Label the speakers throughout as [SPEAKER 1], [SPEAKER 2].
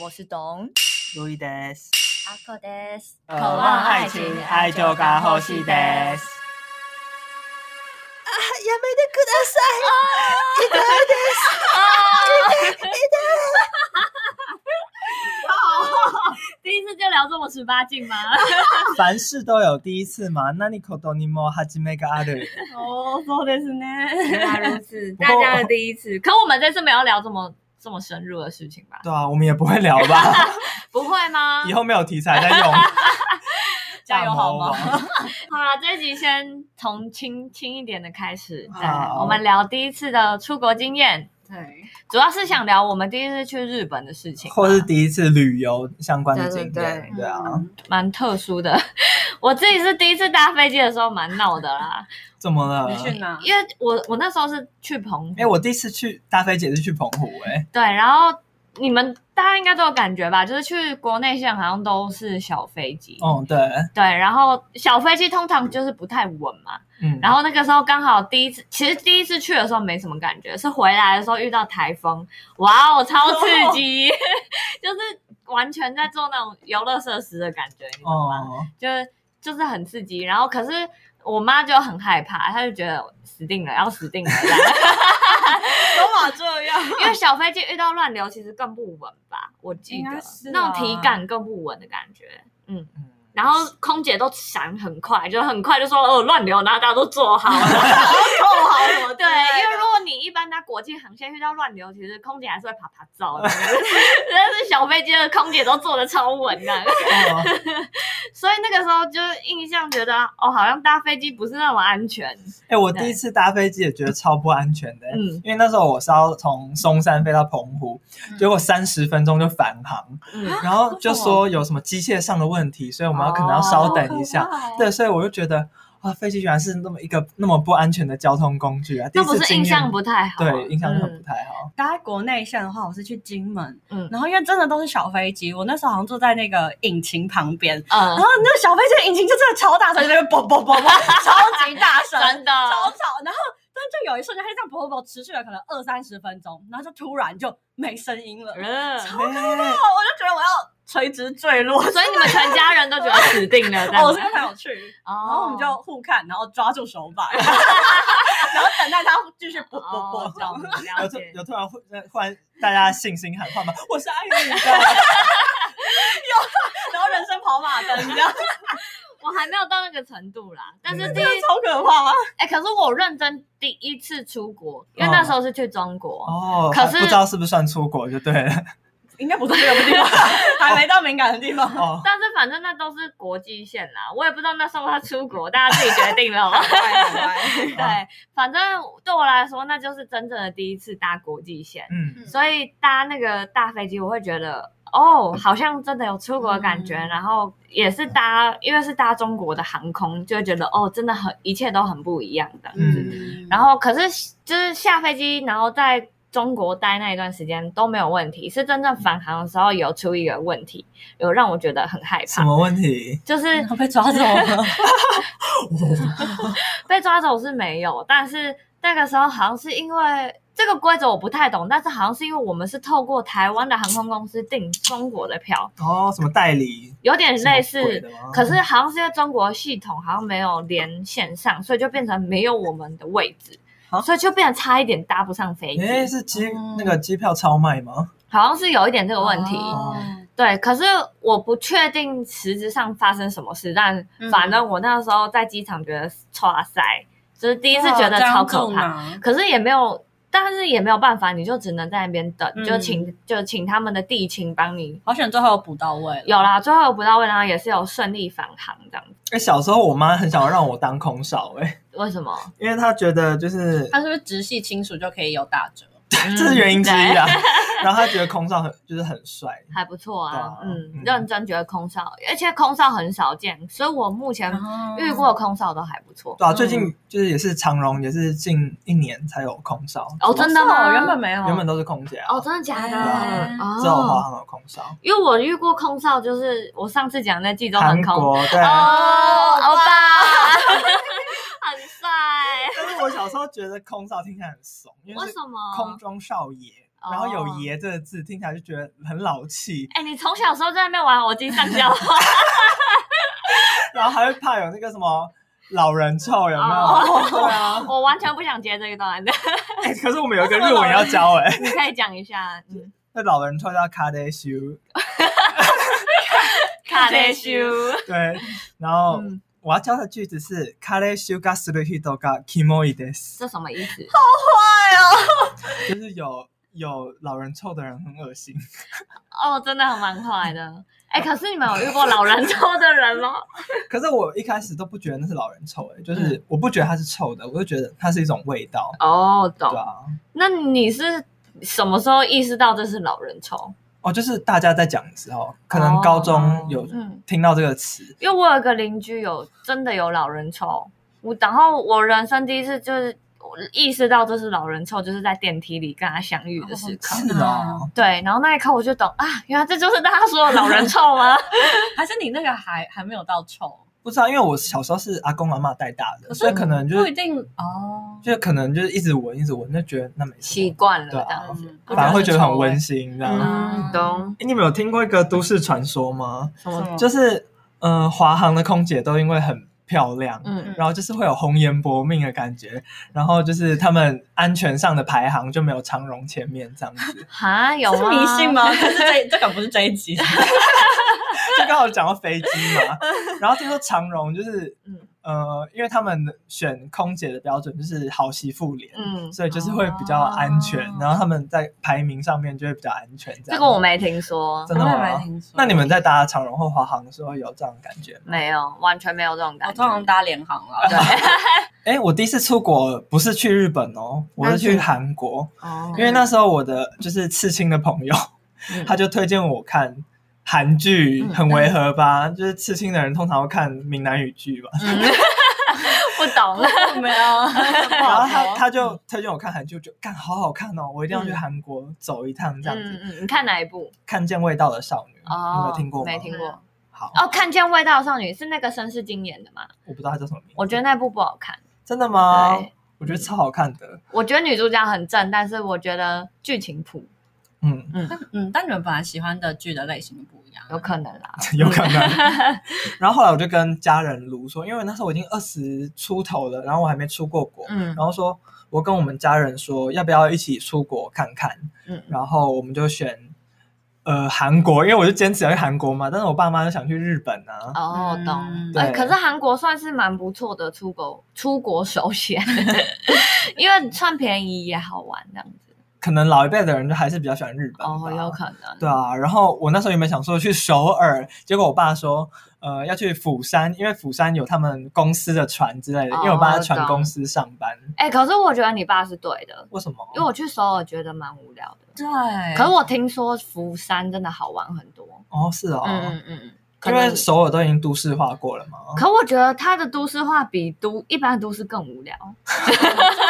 [SPEAKER 1] 我是董
[SPEAKER 2] 路易德斯，
[SPEAKER 1] 阿克德斯，
[SPEAKER 2] 渴望爱情，爱就该呼吸德斯。
[SPEAKER 3] やめてくださ
[SPEAKER 4] 第一次就聊这么十八 禁吗？
[SPEAKER 2] 凡事都有第一次嘛，那你口头你摸哈基梅个阿啊瑞，
[SPEAKER 4] 哦，そうですね。
[SPEAKER 1] 原来如此，
[SPEAKER 2] 不
[SPEAKER 1] 大
[SPEAKER 2] 过
[SPEAKER 1] 家的第一次，
[SPEAKER 4] 可我们这次没有聊这么这么深入的事情吧？
[SPEAKER 2] 对啊，我们也不会聊吧，
[SPEAKER 4] 不会吗
[SPEAKER 2] 以？后没有题材再用。
[SPEAKER 4] 加油
[SPEAKER 2] 大
[SPEAKER 4] 好
[SPEAKER 2] 魔
[SPEAKER 4] 吗
[SPEAKER 2] 王？
[SPEAKER 4] 好啦，这一集先从轻轻一点的开始，对
[SPEAKER 2] 好
[SPEAKER 4] 我们聊第一次的出国经验，
[SPEAKER 1] 对
[SPEAKER 4] 主要是想聊我们第一次去日本的事情吧，
[SPEAKER 2] 或是第一次旅游相关的经验，
[SPEAKER 1] 对对对
[SPEAKER 2] 对啊，
[SPEAKER 4] 蛮特殊的。 我自己是第一次搭飞机的时候蛮闹的啦，
[SPEAKER 2] 怎么了？
[SPEAKER 1] 你
[SPEAKER 4] 嗯
[SPEAKER 1] 去哪？
[SPEAKER 4] 因为我我那时候是去澎湖，
[SPEAKER 2] 哎、我第一次去搭飞机也是去澎湖、哎，
[SPEAKER 4] 对，然后你们大家应该都有感觉吧，就是去国内线好像都是小飞机，
[SPEAKER 2] 哦，对，
[SPEAKER 4] 对，然后小飞机通常就是不太稳嘛，
[SPEAKER 2] 嗯，
[SPEAKER 4] 然后那个时候刚好第一次，其实第一次去的时候没什么感觉，是回来的时候遇到台风，哇哦，超刺激， 就是完全在做那种游乐设施的感觉，你懂吗？
[SPEAKER 2] 哦，
[SPEAKER 4] 就是就是很刺激。然后可是我妈就很害怕，她就觉得死定了，要死定了，这样
[SPEAKER 1] 都嘛这样，
[SPEAKER 4] 因为小飞机遇到乱流其实更不稳吧，我记
[SPEAKER 1] 应
[SPEAKER 4] 得、
[SPEAKER 1] 该是啊
[SPEAKER 4] 那种体感更不稳的感觉。
[SPEAKER 2] 嗯
[SPEAKER 4] 然后空姐都闪很快，就很快就说哦乱流，然后大家都坐好了。
[SPEAKER 1] 够好什么？
[SPEAKER 4] 对，因为如果你一般搭国际航线遇到乱流，其实空姐还是会啪啪照 的。但是小飞机的空姐都坐的超稳的，
[SPEAKER 2] 哦
[SPEAKER 4] 所以那个时候就是印象觉得哦，好像搭飞机不是那么安全。
[SPEAKER 2] 哎、我第一次搭飞机也觉得超不安全的、
[SPEAKER 4] 嗯
[SPEAKER 2] 因为那时候我是要从松山飞到澎湖，
[SPEAKER 1] 嗯
[SPEAKER 2] 结果三十分钟就返航，
[SPEAKER 4] 嗯，
[SPEAKER 2] 然后就说有什么机械上的问题，所以我们要可能要
[SPEAKER 4] 哦
[SPEAKER 2] 稍等一下。对，所以我就觉得啊，飞机原来是那么一个那么不安全的交通工具啊，第一
[SPEAKER 4] 那不
[SPEAKER 2] 次
[SPEAKER 4] 是
[SPEAKER 2] 经
[SPEAKER 4] 印象
[SPEAKER 2] 验，
[SPEAKER 4] 不太好啊。哦
[SPEAKER 2] 对，印象真的不太好。
[SPEAKER 3] 搭国内线的话，我是去金门，
[SPEAKER 4] 嗯
[SPEAKER 3] 然后因为真的都是小飞机，我那时候好像坐在那个引擎旁边，然
[SPEAKER 4] 嗯，
[SPEAKER 3] 后那个小飞机的引擎就真的超大声，就在那边啵啵啵啵，超级大声，
[SPEAKER 4] 真的
[SPEAKER 3] 超吵。然后但就有一瞬间，它就这样啵啵啵持续了可能二三十分钟，然后就突然就没声音了，然后
[SPEAKER 4] 嗯，
[SPEAKER 2] 哎
[SPEAKER 3] 我就觉得我要垂直坠落。
[SPEAKER 4] 所以你们全家人都觉得死定了，这样
[SPEAKER 3] 哦，我
[SPEAKER 4] 子
[SPEAKER 3] 是跟朋友去，然后我们就
[SPEAKER 4] 哦，
[SPEAKER 3] 互看，然后抓住手把，然后等待它继续啵啵啵
[SPEAKER 4] 哦
[SPEAKER 3] 这 样。
[SPEAKER 4] 了
[SPEAKER 2] 有突
[SPEAKER 4] 解。
[SPEAKER 2] 有突然忽呃忽然大家信心喊话吗？我是爱你的。
[SPEAKER 3] 然后人生跑马灯这样，
[SPEAKER 4] 我还没有到那个程度啦，但是
[SPEAKER 2] 嗯
[SPEAKER 4] 第一，
[SPEAKER 3] 超可怕。
[SPEAKER 4] 哎，可是我认真第一次出国，因为
[SPEAKER 3] 哦
[SPEAKER 4] 那时候是去中国，
[SPEAKER 2] 哦，
[SPEAKER 4] 可
[SPEAKER 2] 还
[SPEAKER 4] 是
[SPEAKER 2] 不知道是不是算出国就对了。
[SPEAKER 3] 应该不是这个地方，还没到敏感的地 方。
[SPEAKER 2] 哦，
[SPEAKER 4] 但是反正那都是国际线啦，我也不知道那时候他出国，大家自己决定了。哦
[SPEAKER 3] 哦
[SPEAKER 4] 对，反正对我来说，那就是真正的第一次搭国际线。
[SPEAKER 2] 嗯，
[SPEAKER 4] 所以搭那个大飞机，我会觉得哦，好像真的有出国的感觉。
[SPEAKER 2] 嗯
[SPEAKER 4] 然后也是搭，因为是搭中国的航空，就会觉得哦，真的很一切都很不一样的。
[SPEAKER 2] 嗯
[SPEAKER 4] 然后可是就是下飞机，然后在中国待那一段时间都没有问题，是真正返航的时候有出一个问题，有让我觉得很害
[SPEAKER 2] 什
[SPEAKER 4] 怕，
[SPEAKER 2] 么问题？
[SPEAKER 4] 就是
[SPEAKER 3] 被抓走了，
[SPEAKER 4] 被抓走是没有，但是那个时候好像是因为。这个规则我不太懂，但是好像是因为我们是透过台湾的航空公司订中国的票，
[SPEAKER 2] 哦，什么代理？
[SPEAKER 4] 有点类
[SPEAKER 2] 什么鬼
[SPEAKER 4] 似
[SPEAKER 2] 的，吗
[SPEAKER 4] 可是好像是因为中国系统好像没有连线上，所以就变成没有我们的位置
[SPEAKER 2] 啊，
[SPEAKER 4] 所以就变成差一点搭不上飞机，
[SPEAKER 2] 哎，是机
[SPEAKER 4] 哦
[SPEAKER 2] 那个机票超卖吗？
[SPEAKER 4] 好像是 有一点这个问题。
[SPEAKER 2] 哦
[SPEAKER 4] 对，可是我不确定实质上发生什么事，但
[SPEAKER 3] 嗯
[SPEAKER 4] 反正我那时候在机场觉得哇塞，就是第一
[SPEAKER 3] 哦
[SPEAKER 4] 次觉得超可怕，
[SPEAKER 3] 怕。
[SPEAKER 4] 可是也没有。但是也没有办法，你就只能在那边等，
[SPEAKER 3] 嗯
[SPEAKER 4] 就请就请他们的地勤帮你。
[SPEAKER 3] 好险最后有补到位了，
[SPEAKER 4] 有啦，最后有不到位，然后也是有顺利返航这样子。
[SPEAKER 2] 哎，小时候我妈很想让我当空少，哎，
[SPEAKER 4] 为什么？
[SPEAKER 2] 因为她觉得就是
[SPEAKER 4] 嗯
[SPEAKER 3] 他是不是直系亲属就可以有打折？
[SPEAKER 2] 这是原因之一啊
[SPEAKER 4] 对。
[SPEAKER 2] 然后她觉得空少很就是很帅，
[SPEAKER 4] 还不错
[SPEAKER 2] 对
[SPEAKER 4] 啊
[SPEAKER 2] 啊，
[SPEAKER 4] 嗯
[SPEAKER 2] 嗯，
[SPEAKER 4] 认真觉得空少，而且空少很少见，所以我目前嗯
[SPEAKER 2] 嗯
[SPEAKER 3] 哦
[SPEAKER 4] 遇过的空少都还不错。
[SPEAKER 2] 对啊。最近就是也是长荣，也是近一年才有空少，
[SPEAKER 4] 哦，真的吗？
[SPEAKER 3] 哦原本没有，
[SPEAKER 2] 原本都是空姐啊
[SPEAKER 4] 哦，。真的假的？
[SPEAKER 3] 哎
[SPEAKER 2] 之后华
[SPEAKER 4] 哦，
[SPEAKER 2] 航有空少，
[SPEAKER 4] 因为我遇过空少，就是我上次讲的那济州
[SPEAKER 2] 韩
[SPEAKER 4] 航空
[SPEAKER 2] 国对。
[SPEAKER 4] 哦，欧巴，很帅，
[SPEAKER 2] 但是我小时候觉得空少听起来很怂，因为
[SPEAKER 4] 为
[SPEAKER 2] 是
[SPEAKER 4] 什么？
[SPEAKER 2] 空中少爷。然后有
[SPEAKER 4] 哦
[SPEAKER 2] “爷”这个字，听起来就觉得很老气，
[SPEAKER 4] 哎、你从小时候在那边玩火机上校，
[SPEAKER 2] 然后还会怕有那个什么老人臭，有没
[SPEAKER 4] 哦
[SPEAKER 2] 有？对啊，
[SPEAKER 4] 我完全不想接这一段，
[SPEAKER 2] 哎，可是我们有一个日文要教哎，
[SPEAKER 4] 你可以讲一下。嗯，
[SPEAKER 2] 那老人臭叫卡德修，
[SPEAKER 4] 卡雷修，
[SPEAKER 2] 对，然后
[SPEAKER 4] 嗯，
[SPEAKER 2] 我要教的句子是卡德修がする人がキモいです，
[SPEAKER 4] 这什么意思？
[SPEAKER 2] 就是有有老人臭的人很恶心。
[SPEAKER 4] 哦，真的很蛮快的。 哎、可是你们有遇过老人抽的人吗？
[SPEAKER 2] 可是我一开始都不觉得那是老人臭、欸，就是
[SPEAKER 4] 嗯
[SPEAKER 2] 我不觉得它是臭的，我就觉得它是一种味道，
[SPEAKER 4] 哦，懂
[SPEAKER 2] 对。啊，
[SPEAKER 4] 那你是什么时候意识到这是老人抽？
[SPEAKER 2] 哦，就是大家在讲的时候，可能高中有
[SPEAKER 4] 嗯，
[SPEAKER 2] 听到这个词，
[SPEAKER 4] 因为我有个邻居有真的有老人抽，我然后我人生第一次就是我意识到这是老人抽，就是在电梯里跟他相遇的时刻。
[SPEAKER 2] 是哦，
[SPEAKER 4] 对，然后那一刻我就懂啊，原来这就是大家说的老人臭 吗？
[SPEAKER 3] 还是你那个还还没有到臭，
[SPEAKER 2] 不知道，因为我小时候是阿公阿妈带大的，
[SPEAKER 3] 可是
[SPEAKER 2] 所以可能就
[SPEAKER 3] 不一
[SPEAKER 2] 是
[SPEAKER 3] 定哦。
[SPEAKER 2] 就可能就是一直闻一直闻，就觉得那没
[SPEAKER 4] 习
[SPEAKER 2] 什
[SPEAKER 4] 惯了
[SPEAKER 2] 对啊
[SPEAKER 4] 这样。
[SPEAKER 3] 嗯
[SPEAKER 2] 么，反而会觉得很温馨这样。
[SPEAKER 3] 嗯
[SPEAKER 4] 嗯，懂
[SPEAKER 2] 诶你们有听过一个都市传说吗？
[SPEAKER 4] 什
[SPEAKER 3] 哦
[SPEAKER 4] 么？
[SPEAKER 2] 就是嗯、呃华航的空姐都因为很漂亮，
[SPEAKER 4] 嗯，。
[SPEAKER 2] 然后就是会有红颜薄命的感觉，然后就是他们安全上的排行就没有长荣前面这样子
[SPEAKER 4] 哈，有
[SPEAKER 3] 这是
[SPEAKER 4] 吗
[SPEAKER 3] 迷信？吗？可是这这个不是这一集，
[SPEAKER 2] 就刚好讲到飞机 嘛，然后听说长荣就是
[SPEAKER 4] 嗯，
[SPEAKER 2] 呃，因为他们选空姐的标准就是好媳妇脸，
[SPEAKER 4] 嗯，
[SPEAKER 2] 所以就是会比较安全，
[SPEAKER 3] 哦
[SPEAKER 2] 然后他们在排名上面就会比较安全。这
[SPEAKER 4] 这
[SPEAKER 2] 样
[SPEAKER 4] 个我没听说，
[SPEAKER 2] 真的
[SPEAKER 3] 我也
[SPEAKER 2] 吗
[SPEAKER 3] 没？听说
[SPEAKER 2] 那你们在搭长荣或华航的时候有这样的感觉吗？
[SPEAKER 4] 没有，完全没有这种
[SPEAKER 3] 我
[SPEAKER 4] 感
[SPEAKER 3] 哦通常
[SPEAKER 4] 觉。
[SPEAKER 3] 搭联航了，对，
[SPEAKER 2] 哎，我第一次出国不是去日本哦，我是
[SPEAKER 4] 那是
[SPEAKER 2] 去韩国。
[SPEAKER 4] 哦
[SPEAKER 2] 因为那时候我的就是刺青的朋友，
[SPEAKER 4] 嗯
[SPEAKER 2] 他就推荐我看韩剧，
[SPEAKER 4] 嗯
[SPEAKER 2] 很违和吧？就是刺青的人通常会看闽南语剧吧。
[SPEAKER 4] 嗯 不懂，
[SPEAKER 3] 哦没 有， 不
[SPEAKER 2] 然后
[SPEAKER 3] 好
[SPEAKER 2] 他
[SPEAKER 3] 说。
[SPEAKER 2] 他就推荐我看韩剧，我就干好好看哦，我一定要去
[SPEAKER 4] 嗯
[SPEAKER 2] 韩国走一趟，这样子、
[SPEAKER 4] 嗯嗯，你看哪一部？
[SPEAKER 2] 看见味道的少女，
[SPEAKER 4] 哦，
[SPEAKER 2] 你有没有听过吗？
[SPEAKER 4] 没听过。
[SPEAKER 2] 好，
[SPEAKER 4] 哦，看见味道的少女是那个绅士金演的嘛？
[SPEAKER 2] 我不知道它叫什么名字。
[SPEAKER 4] 我觉得那部不好看。
[SPEAKER 2] 真的吗
[SPEAKER 4] 对？
[SPEAKER 2] 我觉得超好看的。
[SPEAKER 4] 我觉得女主角很正，但是我觉得剧情普
[SPEAKER 2] 嗯，
[SPEAKER 3] 嗯，但你们本来喜欢的剧的类型不一样，
[SPEAKER 4] 有可能啦。
[SPEAKER 2] 有可能。然后后来我就跟家人撸说，因为那时候我已经二十出头了，然后我还没出过国，
[SPEAKER 4] 嗯
[SPEAKER 2] 然后说我跟我们家人说要不要一起出国看看，
[SPEAKER 4] 嗯
[SPEAKER 2] 然后我们就选呃韩国，因为我就坚持要去韩国嘛，但是我爸妈就想去日本啊，
[SPEAKER 4] 哦，
[SPEAKER 3] 嗯
[SPEAKER 4] 懂。
[SPEAKER 2] 对
[SPEAKER 4] 哎，可是韩国算是蛮不错的出国出国首选， 因为算便宜也好玩这样子。
[SPEAKER 2] 可能老一辈的人啊就还是比较喜欢日本吧
[SPEAKER 4] 哦，有可能。
[SPEAKER 2] 对啊，然后我那时候原本想说去首尔，结果我爸说，呃，要去釜山，因为釜山有他们公司的船之类的，因为我爸在船
[SPEAKER 4] 哦
[SPEAKER 2] 公司上班。
[SPEAKER 4] 哎，可是我觉得你爸是对的，
[SPEAKER 2] 为什么？
[SPEAKER 4] 因为我去首尔觉得蛮无聊的。
[SPEAKER 3] 对。
[SPEAKER 4] 可是我听说釜山真的好玩很多。
[SPEAKER 2] 哦，是哦，
[SPEAKER 4] 嗯嗯嗯，可
[SPEAKER 2] 因
[SPEAKER 4] 能
[SPEAKER 2] 为首尔都已经都市化过了嘛。
[SPEAKER 4] 可我觉得它的都市化比都一般的都市更无聊。
[SPEAKER 3] 就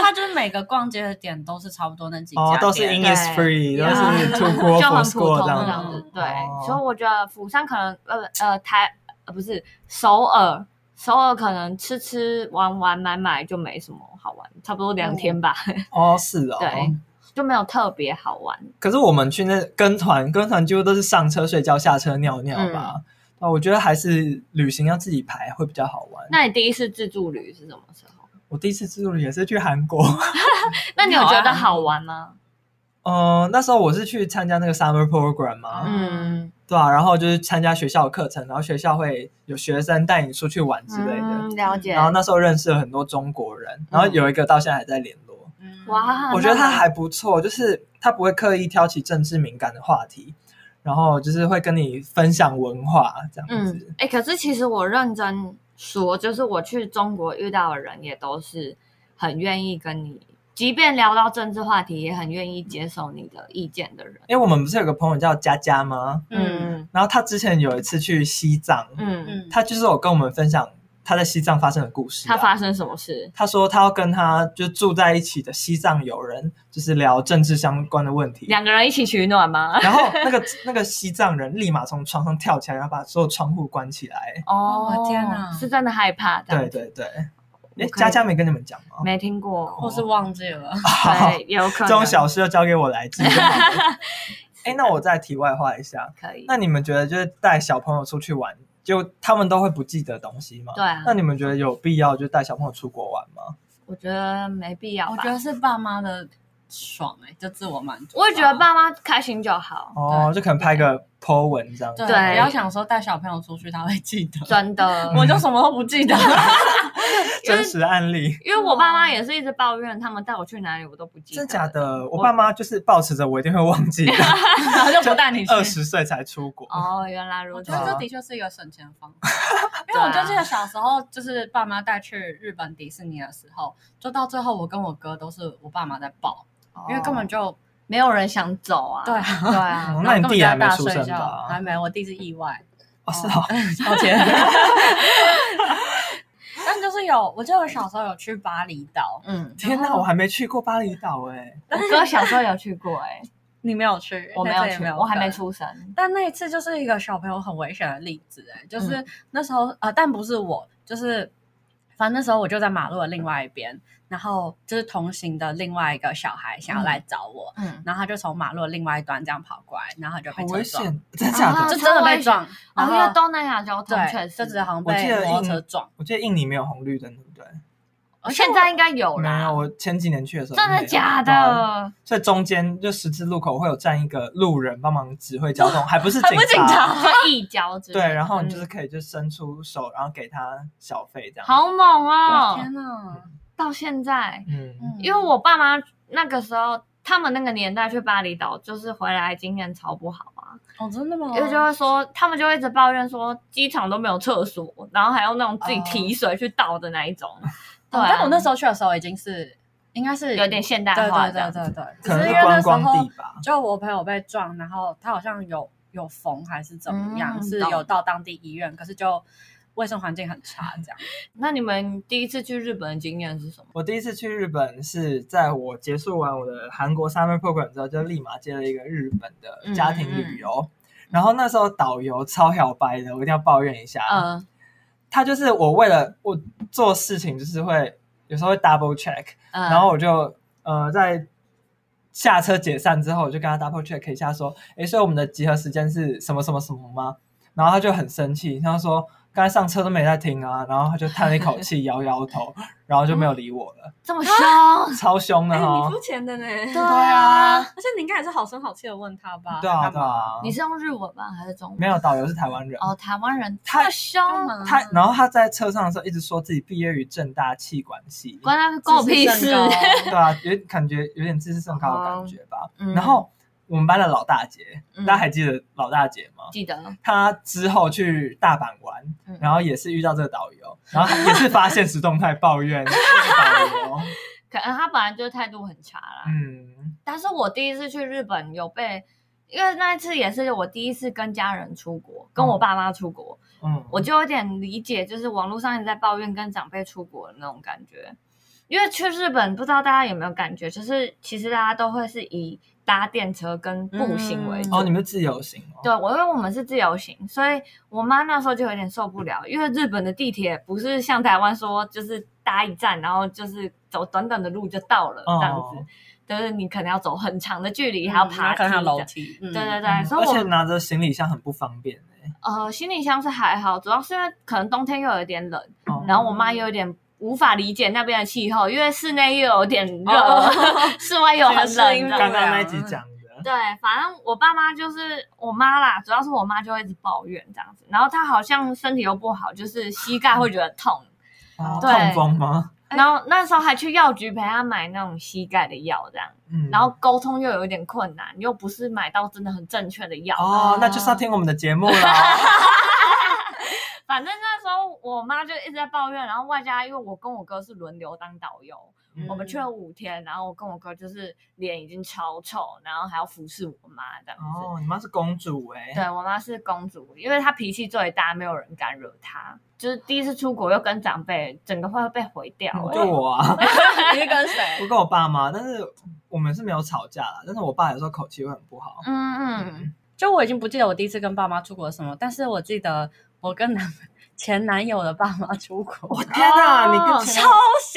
[SPEAKER 3] 它就是每个逛街的点都是差不多那几家
[SPEAKER 2] 哦
[SPEAKER 3] 店，，
[SPEAKER 2] 都是 i n g l i s free，
[SPEAKER 4] 对
[SPEAKER 2] 都是 two
[SPEAKER 4] 就很
[SPEAKER 2] g
[SPEAKER 4] 普通
[SPEAKER 2] four score 这
[SPEAKER 4] 这
[SPEAKER 2] 样
[SPEAKER 4] 样
[SPEAKER 2] 子。
[SPEAKER 4] 子。
[SPEAKER 3] 嗯
[SPEAKER 4] 对，
[SPEAKER 2] 哦
[SPEAKER 4] 所以我觉得釜山可能呃呃台呃不是首尔，首尔可能吃吃玩玩买买就没什么好玩，差不多两天吧，
[SPEAKER 2] 哦，是哦。
[SPEAKER 4] 对，就没有特别好玩。
[SPEAKER 2] 可是我们去那跟团，跟团几乎都是上车睡觉，下车尿尿吧。
[SPEAKER 4] 嗯
[SPEAKER 2] 那我觉得还是旅行要自己排会比较好玩。
[SPEAKER 4] 那你第一次自助旅是什么时候？
[SPEAKER 2] 我第一次自助旅也是去韩国，
[SPEAKER 4] 那你有觉得好玩吗？
[SPEAKER 2] 嗯，那时候我是去参加那个 summer program 嘛，
[SPEAKER 3] 嗯
[SPEAKER 4] 嗯，
[SPEAKER 2] 对啊，然后就是参加学校的课程，然后学校会有学生带你出去玩之类的。
[SPEAKER 4] 嗯，了解
[SPEAKER 2] 然。后那时候认识了很多中国人，然后有一个到现在还在联络。
[SPEAKER 3] 嗯
[SPEAKER 4] 哇，
[SPEAKER 2] 我觉得
[SPEAKER 4] 那
[SPEAKER 2] 他还不错，就是他不会刻意挑起政治敏感的话题，然后就是会跟你分享文化这样
[SPEAKER 4] 嗯
[SPEAKER 2] 子。，
[SPEAKER 4] 哎、可是其实我认真说，就是我去中国遇到的人也都是很愿意跟你，即便聊到政治话题，也很愿意接受你的意见的人。
[SPEAKER 2] 因为我们不是有个朋友叫佳佳吗？
[SPEAKER 3] 嗯
[SPEAKER 4] 嗯
[SPEAKER 2] 然后他之前有一次去西藏，
[SPEAKER 4] 嗯，
[SPEAKER 3] 嗯，
[SPEAKER 2] 他就是有跟我们分享他在西藏发生的故事啊、
[SPEAKER 4] 他发生什么事？
[SPEAKER 2] 他说他要跟他就住在一起的西藏友人，就是聊政治相关的问题。
[SPEAKER 4] 两个人一起取暖吗？
[SPEAKER 2] 然后那个那个西藏人立马从床上跳起来，然后把所有窗户关起来。
[SPEAKER 4] 哦
[SPEAKER 3] 天哪
[SPEAKER 4] 是真的害怕的。
[SPEAKER 2] 对对对，哎，
[SPEAKER 4] 可以
[SPEAKER 2] 佳佳没跟你们讲吗？
[SPEAKER 4] 没听过，
[SPEAKER 3] 或是忘记了。
[SPEAKER 2] 好，
[SPEAKER 4] 对，有可
[SPEAKER 2] 这
[SPEAKER 4] 能。
[SPEAKER 2] 种小事就交给我来记就好 了。哎，那我再题外话一下，
[SPEAKER 4] 可以，
[SPEAKER 2] 那你们觉得就是带小朋友出去玩，就他们都会不记得东西吗？
[SPEAKER 4] 对啊
[SPEAKER 2] 那，你们觉得有必要就带小朋友出国玩吗？
[SPEAKER 4] 我觉得没必要
[SPEAKER 3] 我
[SPEAKER 4] 吧
[SPEAKER 3] 觉。得是爸妈的爽哎、就自我满足吧。
[SPEAKER 4] 我也觉得爸妈开心就好，
[SPEAKER 2] 哦，就可能拍个 po 文这样。
[SPEAKER 3] 对，
[SPEAKER 4] 对
[SPEAKER 3] 不要想说带小朋友出去他会记
[SPEAKER 2] 哦
[SPEAKER 3] 得，
[SPEAKER 4] 真的。
[SPEAKER 3] 我就什么都不记 得。
[SPEAKER 2] 真实案例。
[SPEAKER 4] 因为我爸
[SPEAKER 3] 哦
[SPEAKER 4] 妈也是一直抱怨，他们带我去哪里我都不记得。
[SPEAKER 2] 真假？的？我爸妈就是抱持着我一定会忘 记的，
[SPEAKER 3] 然后就不带你去。
[SPEAKER 2] 二十岁才出国。
[SPEAKER 4] 哦，原来如
[SPEAKER 3] 我
[SPEAKER 4] 此
[SPEAKER 3] 觉。得这的确是一个省钱方 法，因为我
[SPEAKER 4] 啊
[SPEAKER 3] 就记得小时候，就是爸妈带去日本迪士尼的时候，就到最后我跟我哥都是我爸妈在抱，因为根本就
[SPEAKER 4] 哦没有人想走啊。
[SPEAKER 3] 对
[SPEAKER 4] 对啊
[SPEAKER 2] 哦，
[SPEAKER 3] 然
[SPEAKER 2] 那
[SPEAKER 3] 后
[SPEAKER 2] 你
[SPEAKER 3] 根本就
[SPEAKER 2] 弟
[SPEAKER 3] 在
[SPEAKER 2] 还没
[SPEAKER 3] 大
[SPEAKER 2] 出
[SPEAKER 3] 睡
[SPEAKER 2] 生
[SPEAKER 3] 觉，还
[SPEAKER 2] 吧？
[SPEAKER 3] 没，我弟是意 外，
[SPEAKER 2] 哦，是哦，
[SPEAKER 3] 抱歉。 但就是有，我记得我小时候有去巴厘岛，
[SPEAKER 4] 嗯，
[SPEAKER 2] 天哪，我还没去过巴厘岛哎。
[SPEAKER 4] 我哥小时候有去过哎，
[SPEAKER 3] 你没有去，
[SPEAKER 4] 我没
[SPEAKER 3] 那
[SPEAKER 4] 有
[SPEAKER 3] 次也
[SPEAKER 4] 去，
[SPEAKER 3] 没有
[SPEAKER 4] 我还没
[SPEAKER 3] 跟
[SPEAKER 4] 出生。
[SPEAKER 3] 但那一次就是一个小朋友很危险的例子、哎，
[SPEAKER 4] 嗯
[SPEAKER 3] 就是那时候、呃，但不是我，就是反正那时候我就在马路的另外一边，然后就是同行的另外一个小孩想要来找我，
[SPEAKER 4] 嗯，
[SPEAKER 3] 然后他就从马路的另外一端这样跑过来，然后他就
[SPEAKER 2] 好
[SPEAKER 3] 被
[SPEAKER 2] 危
[SPEAKER 3] 车撞，
[SPEAKER 2] 险，真假
[SPEAKER 4] 啊
[SPEAKER 2] 的？
[SPEAKER 3] 就真的被撞，然
[SPEAKER 4] 哦，
[SPEAKER 3] 后
[SPEAKER 4] 因为东南亚交通确
[SPEAKER 3] 对，
[SPEAKER 4] 实，
[SPEAKER 3] 就只好像
[SPEAKER 2] 我记
[SPEAKER 3] 被
[SPEAKER 2] 得
[SPEAKER 3] 摩托
[SPEAKER 2] 印
[SPEAKER 3] 车撞，
[SPEAKER 2] 我记得印尼没有红绿灯，对不对？
[SPEAKER 4] 哦现在应该有
[SPEAKER 2] 没
[SPEAKER 4] 啦
[SPEAKER 2] 有，。我前几年去的时候
[SPEAKER 4] 真
[SPEAKER 2] 没
[SPEAKER 4] 的
[SPEAKER 2] 有
[SPEAKER 4] 假？
[SPEAKER 2] 嗯
[SPEAKER 4] 的？
[SPEAKER 2] 所以中间就十字路口会有站一个路人帮忙指挥交通，还不是
[SPEAKER 3] 还不是警察
[SPEAKER 4] 就一交之类嗯
[SPEAKER 2] 对，
[SPEAKER 4] 的
[SPEAKER 2] 然后你就是可以就伸出手，然后给他小费这样。，
[SPEAKER 4] 好猛哦！
[SPEAKER 3] 天哪！
[SPEAKER 4] 到现在，
[SPEAKER 2] 嗯，
[SPEAKER 4] 因为我爸妈那个时候，他们那个年代去巴厘岛，就是回来经验超不好啊，
[SPEAKER 3] 哦，真的吗？
[SPEAKER 4] 因为就会说，他们就会一直抱怨说，机场都没有厕所，然后还用那种自己提水去倒的那一种。对啊，
[SPEAKER 3] 哦但我那时候去的时候已经是应该是
[SPEAKER 4] 有点现代
[SPEAKER 3] 对
[SPEAKER 4] 化
[SPEAKER 3] 对
[SPEAKER 4] 这样
[SPEAKER 3] 对
[SPEAKER 4] 子
[SPEAKER 3] 对对，只
[SPEAKER 2] 可能是
[SPEAKER 3] 因为那
[SPEAKER 2] 观
[SPEAKER 3] 时
[SPEAKER 2] 光
[SPEAKER 3] 候
[SPEAKER 2] 地吧。
[SPEAKER 3] 就我朋友被撞，然后他好像有有缝还是怎么样，
[SPEAKER 4] 嗯
[SPEAKER 3] 是
[SPEAKER 4] 懂
[SPEAKER 3] 有到当地医院，可是就卫生环境很差，这样。
[SPEAKER 4] 那你们第一次去日本的经验是什么？
[SPEAKER 2] 我第一次去日本是在我结束完我的韩国 summer program 之后，就立马接了一个日本的家庭旅游。然后那时候导游超小白的，我一定要抱怨一下。
[SPEAKER 4] 嗯，
[SPEAKER 2] 他就是我为了我做事情，就是会有时候会 double check，、
[SPEAKER 4] 嗯
[SPEAKER 2] 然后我就呃在下车解散之后，我就跟他 double check 一下，说，诶，所以我们的集合时间是什么什么什么吗？然后他就很生气，他说刚才上车都没在听啊，然后他就叹了一口气，摇 摇头，然后就没有理我了，
[SPEAKER 4] 这么凶，
[SPEAKER 2] 超凶
[SPEAKER 4] 哎
[SPEAKER 2] 的
[SPEAKER 3] 哎
[SPEAKER 2] 哦。
[SPEAKER 3] 浅的呢，
[SPEAKER 4] 对啊，
[SPEAKER 3] 而且你应该也是好声好气的问他吧？
[SPEAKER 2] 对啊，
[SPEAKER 3] 干
[SPEAKER 2] 对
[SPEAKER 3] 嘛
[SPEAKER 2] 啊，
[SPEAKER 4] 你是用日文吧，还是中文？
[SPEAKER 2] 没有导游是台湾人，
[SPEAKER 4] 哦，台湾人
[SPEAKER 2] 他
[SPEAKER 4] 太凶啊
[SPEAKER 3] 干
[SPEAKER 4] 了，
[SPEAKER 3] 嘛？
[SPEAKER 2] 他然后他在车上的时候一直说自己毕业于正大气管系，
[SPEAKER 4] 关他关我屁事。
[SPEAKER 2] 对啊，有感觉有点自视甚高的感觉吧。
[SPEAKER 4] 嗯
[SPEAKER 2] 然后我们班的老大姐，
[SPEAKER 4] 嗯
[SPEAKER 2] 大家还记得老大姐吗？
[SPEAKER 4] 记得
[SPEAKER 2] 她之后去大阪玩
[SPEAKER 4] 嗯，
[SPEAKER 2] 然后也是遇到这个导游，然后也是发现实动态抱怨这个导游。
[SPEAKER 4] 可能他本来就态度很差啦。
[SPEAKER 2] 嗯，
[SPEAKER 4] 但是我第一次去日本有被，因为那一次也是我第一次跟家人出国，跟我爸妈出国，
[SPEAKER 2] 嗯，
[SPEAKER 4] 我就有点理解，就是网络上一直在抱怨跟长辈出国的那种感觉。因为去日本，不知道大家有没有感觉，就是其实大家都会是以搭电车跟步行为主。
[SPEAKER 2] 哦，你们是自由行哦，
[SPEAKER 4] 对，我因为我们是自由行，所以我妈那时候就有点受不了，因为日本的地铁不是像台湾说就是搭一站，然后就是走短短的路就到了、这样子
[SPEAKER 2] 哦，
[SPEAKER 4] 就是你可能要走很长的距离，
[SPEAKER 3] 嗯
[SPEAKER 4] 还要爬
[SPEAKER 3] 然后可能还有
[SPEAKER 4] 梯
[SPEAKER 3] 楼
[SPEAKER 4] 的。
[SPEAKER 3] 梯，对
[SPEAKER 4] 对对对，
[SPEAKER 2] 嗯
[SPEAKER 4] 所以
[SPEAKER 2] 而且
[SPEAKER 4] 我
[SPEAKER 2] 拿着行李箱很不方便欸
[SPEAKER 4] 呃行李箱是还好，主要是因为可能冬天又有点冷，
[SPEAKER 2] 哦
[SPEAKER 4] 嗯然后我妈又有点。无法理解那边的气候，因为室内又有点热，
[SPEAKER 3] 哦
[SPEAKER 4] 室外又
[SPEAKER 3] 这个
[SPEAKER 4] 很
[SPEAKER 3] 适
[SPEAKER 4] 冷。
[SPEAKER 3] 应
[SPEAKER 4] 这
[SPEAKER 3] 力
[SPEAKER 4] 样嗯
[SPEAKER 2] 刚刚那一集讲的，
[SPEAKER 4] 对，反正我爸妈就是我妈啦，主要是我妈就会一直抱怨这样子，然后她好像身体又不好，就是膝盖会觉得痛，
[SPEAKER 2] 哦
[SPEAKER 4] 对
[SPEAKER 2] 痛风吗？
[SPEAKER 4] 然后那时候还去药局陪她买那种膝盖的药这样，
[SPEAKER 2] 嗯，
[SPEAKER 4] 然后沟通又有一点困难，又不是买到真的很正确的药，
[SPEAKER 2] 哦，那就是要听我们的节目啦。
[SPEAKER 4] 反正那时候我妈就一直在抱怨，然后外加因为我跟我哥是轮流当导游，
[SPEAKER 2] 嗯
[SPEAKER 4] 我们去了五天，然后我跟我哥就是脸已经超臭，然后还要服侍我妈这样子。
[SPEAKER 2] 哦，你妈是公主哎、
[SPEAKER 4] 对我妈是公主，因为她脾气最大，没有人敢惹她。就是第一次出国又跟长辈，整个会被毁掉、
[SPEAKER 2] 嗯
[SPEAKER 4] 欸。
[SPEAKER 2] 就我啊，
[SPEAKER 3] 你是跟谁？
[SPEAKER 2] 我跟我爸妈，但是我们是没有吵架啦。但是我爸有时候口气会很不好。
[SPEAKER 4] 嗯嗯，
[SPEAKER 3] 就我已经不记得我第一次跟爸妈出国什么，但是我记得。我跟男 前男友的爸妈出国，
[SPEAKER 2] 我天哪，你
[SPEAKER 4] 哦
[SPEAKER 2] 跟
[SPEAKER 3] 超
[SPEAKER 2] 前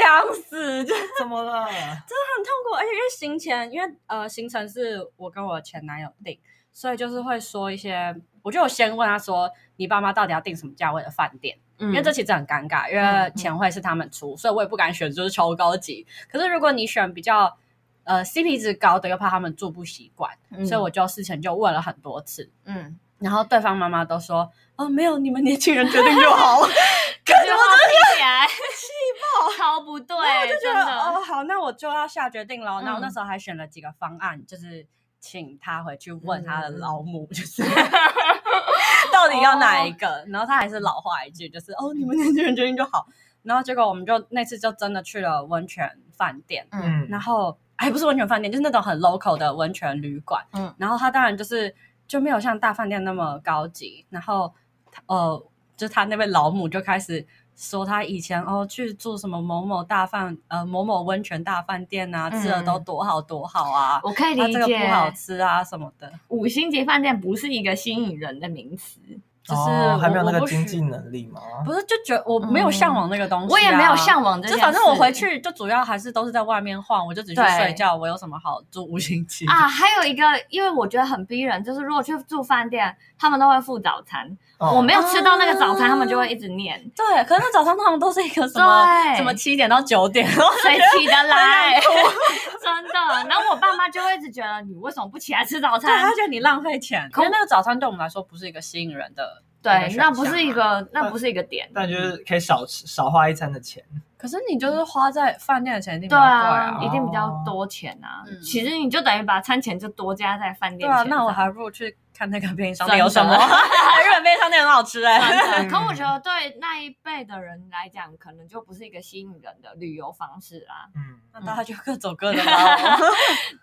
[SPEAKER 2] 男
[SPEAKER 3] 想死，就
[SPEAKER 2] 怎么了？
[SPEAKER 3] 很痛苦，而且因为行前，因为呃行程是我跟我前男友定，所以就是会说一些，我就有先问他说，你爸妈到底要订什么价位的饭店？
[SPEAKER 4] 因
[SPEAKER 3] 因为这其实很尴尬，因为钱会是他们出，所以我也不敢选就是超高级。可是如果你选比较呃 CP 值高的，又怕他们住不习惯，所以我就事前就问了很多次，
[SPEAKER 1] 嗯，
[SPEAKER 3] 然后对方妈妈都说哦没有，你们年轻人决定就好。
[SPEAKER 4] 这句话听起来气爆， 超不对，
[SPEAKER 3] 就觉
[SPEAKER 4] 真
[SPEAKER 3] 得
[SPEAKER 4] 的
[SPEAKER 3] 哦，好，那我就要下决定喽。然后
[SPEAKER 4] 嗯
[SPEAKER 3] 那时候还选了几个方案，就是请他回去问
[SPEAKER 4] 嗯
[SPEAKER 3] 他的老母，就是 到底要
[SPEAKER 4] 哦
[SPEAKER 3] 哪一个。然后他还是老话一句，就是哦，你们年轻人决定就好。然后结果我们就那次就真的去了温泉饭店，
[SPEAKER 2] 嗯，
[SPEAKER 3] 然后还不是温泉饭店，就是那种很 local 的温泉旅馆。
[SPEAKER 1] 嗯
[SPEAKER 3] 嗯，然后它当然就是就没有像大饭店那么高级。然后呃，就他那位老母就开始说他以前哦去住什么某某大饭呃某某温泉大饭店啊，吃的都多好多好啊，
[SPEAKER 4] 我可以
[SPEAKER 3] 他
[SPEAKER 4] 理
[SPEAKER 3] 这个
[SPEAKER 4] 解
[SPEAKER 3] 不。好吃啊什么的。
[SPEAKER 4] 五星级饭店不是一个吸引人的名词，
[SPEAKER 3] 就是
[SPEAKER 2] 哦、还没有
[SPEAKER 3] 我
[SPEAKER 2] 那个
[SPEAKER 3] 我不
[SPEAKER 2] 经
[SPEAKER 3] 许
[SPEAKER 2] 济能力吗？
[SPEAKER 3] 不是就觉得我没有向往那个东西、啊
[SPEAKER 4] 我也没有。向往这
[SPEAKER 3] 就
[SPEAKER 4] 件事。
[SPEAKER 3] 反正我回去就主要还是都是在外面晃，我就只去
[SPEAKER 4] 对
[SPEAKER 3] 睡觉。我有什么好住五星级的？
[SPEAKER 4] 啊，还有一个，因为我觉得很逼人，就是如果去住饭店，他们都会附早餐，
[SPEAKER 2] 哦
[SPEAKER 4] 我没有吃到那个早餐，
[SPEAKER 3] 啊
[SPEAKER 4] 他们就会一直念，
[SPEAKER 3] 对，可是那早上通常都是一个什么
[SPEAKER 4] 对
[SPEAKER 3] 什么七点到九点， 然后
[SPEAKER 4] 谁起得 来？ 真的。然后我爸妈就会一直觉得你为什么不起来吃早
[SPEAKER 3] 对，他
[SPEAKER 4] 餐？
[SPEAKER 3] 觉得你浪费钱。可是那个早餐对我们来说不是一个吸引人的，
[SPEAKER 4] 对，那不是一
[SPEAKER 3] 个选项啊。
[SPEAKER 4] 个，那不是一个点。
[SPEAKER 2] 但就是可以少吃少花一餐的钱。
[SPEAKER 3] 可是你就是花在饭店的钱一定比
[SPEAKER 4] 对
[SPEAKER 3] 较贵啊
[SPEAKER 4] 啊，。一定比较多钱啊
[SPEAKER 3] 嗯。
[SPEAKER 4] 其实你就等于把餐钱就多加在饭
[SPEAKER 3] 对
[SPEAKER 4] 店
[SPEAKER 3] 啊，
[SPEAKER 4] 钱
[SPEAKER 3] 那我
[SPEAKER 4] 上
[SPEAKER 3] 还不如去看那个便利商
[SPEAKER 4] 真
[SPEAKER 3] 店
[SPEAKER 4] 的
[SPEAKER 3] 有 什么。日本便利商店很好吃哎、
[SPEAKER 4] 真的
[SPEAKER 2] 嗯
[SPEAKER 4] 可我觉得对那一辈的人来讲，可能就不是一个吸引人的旅游方式啦。
[SPEAKER 2] 嗯，
[SPEAKER 3] 那大家就各走各的 吧。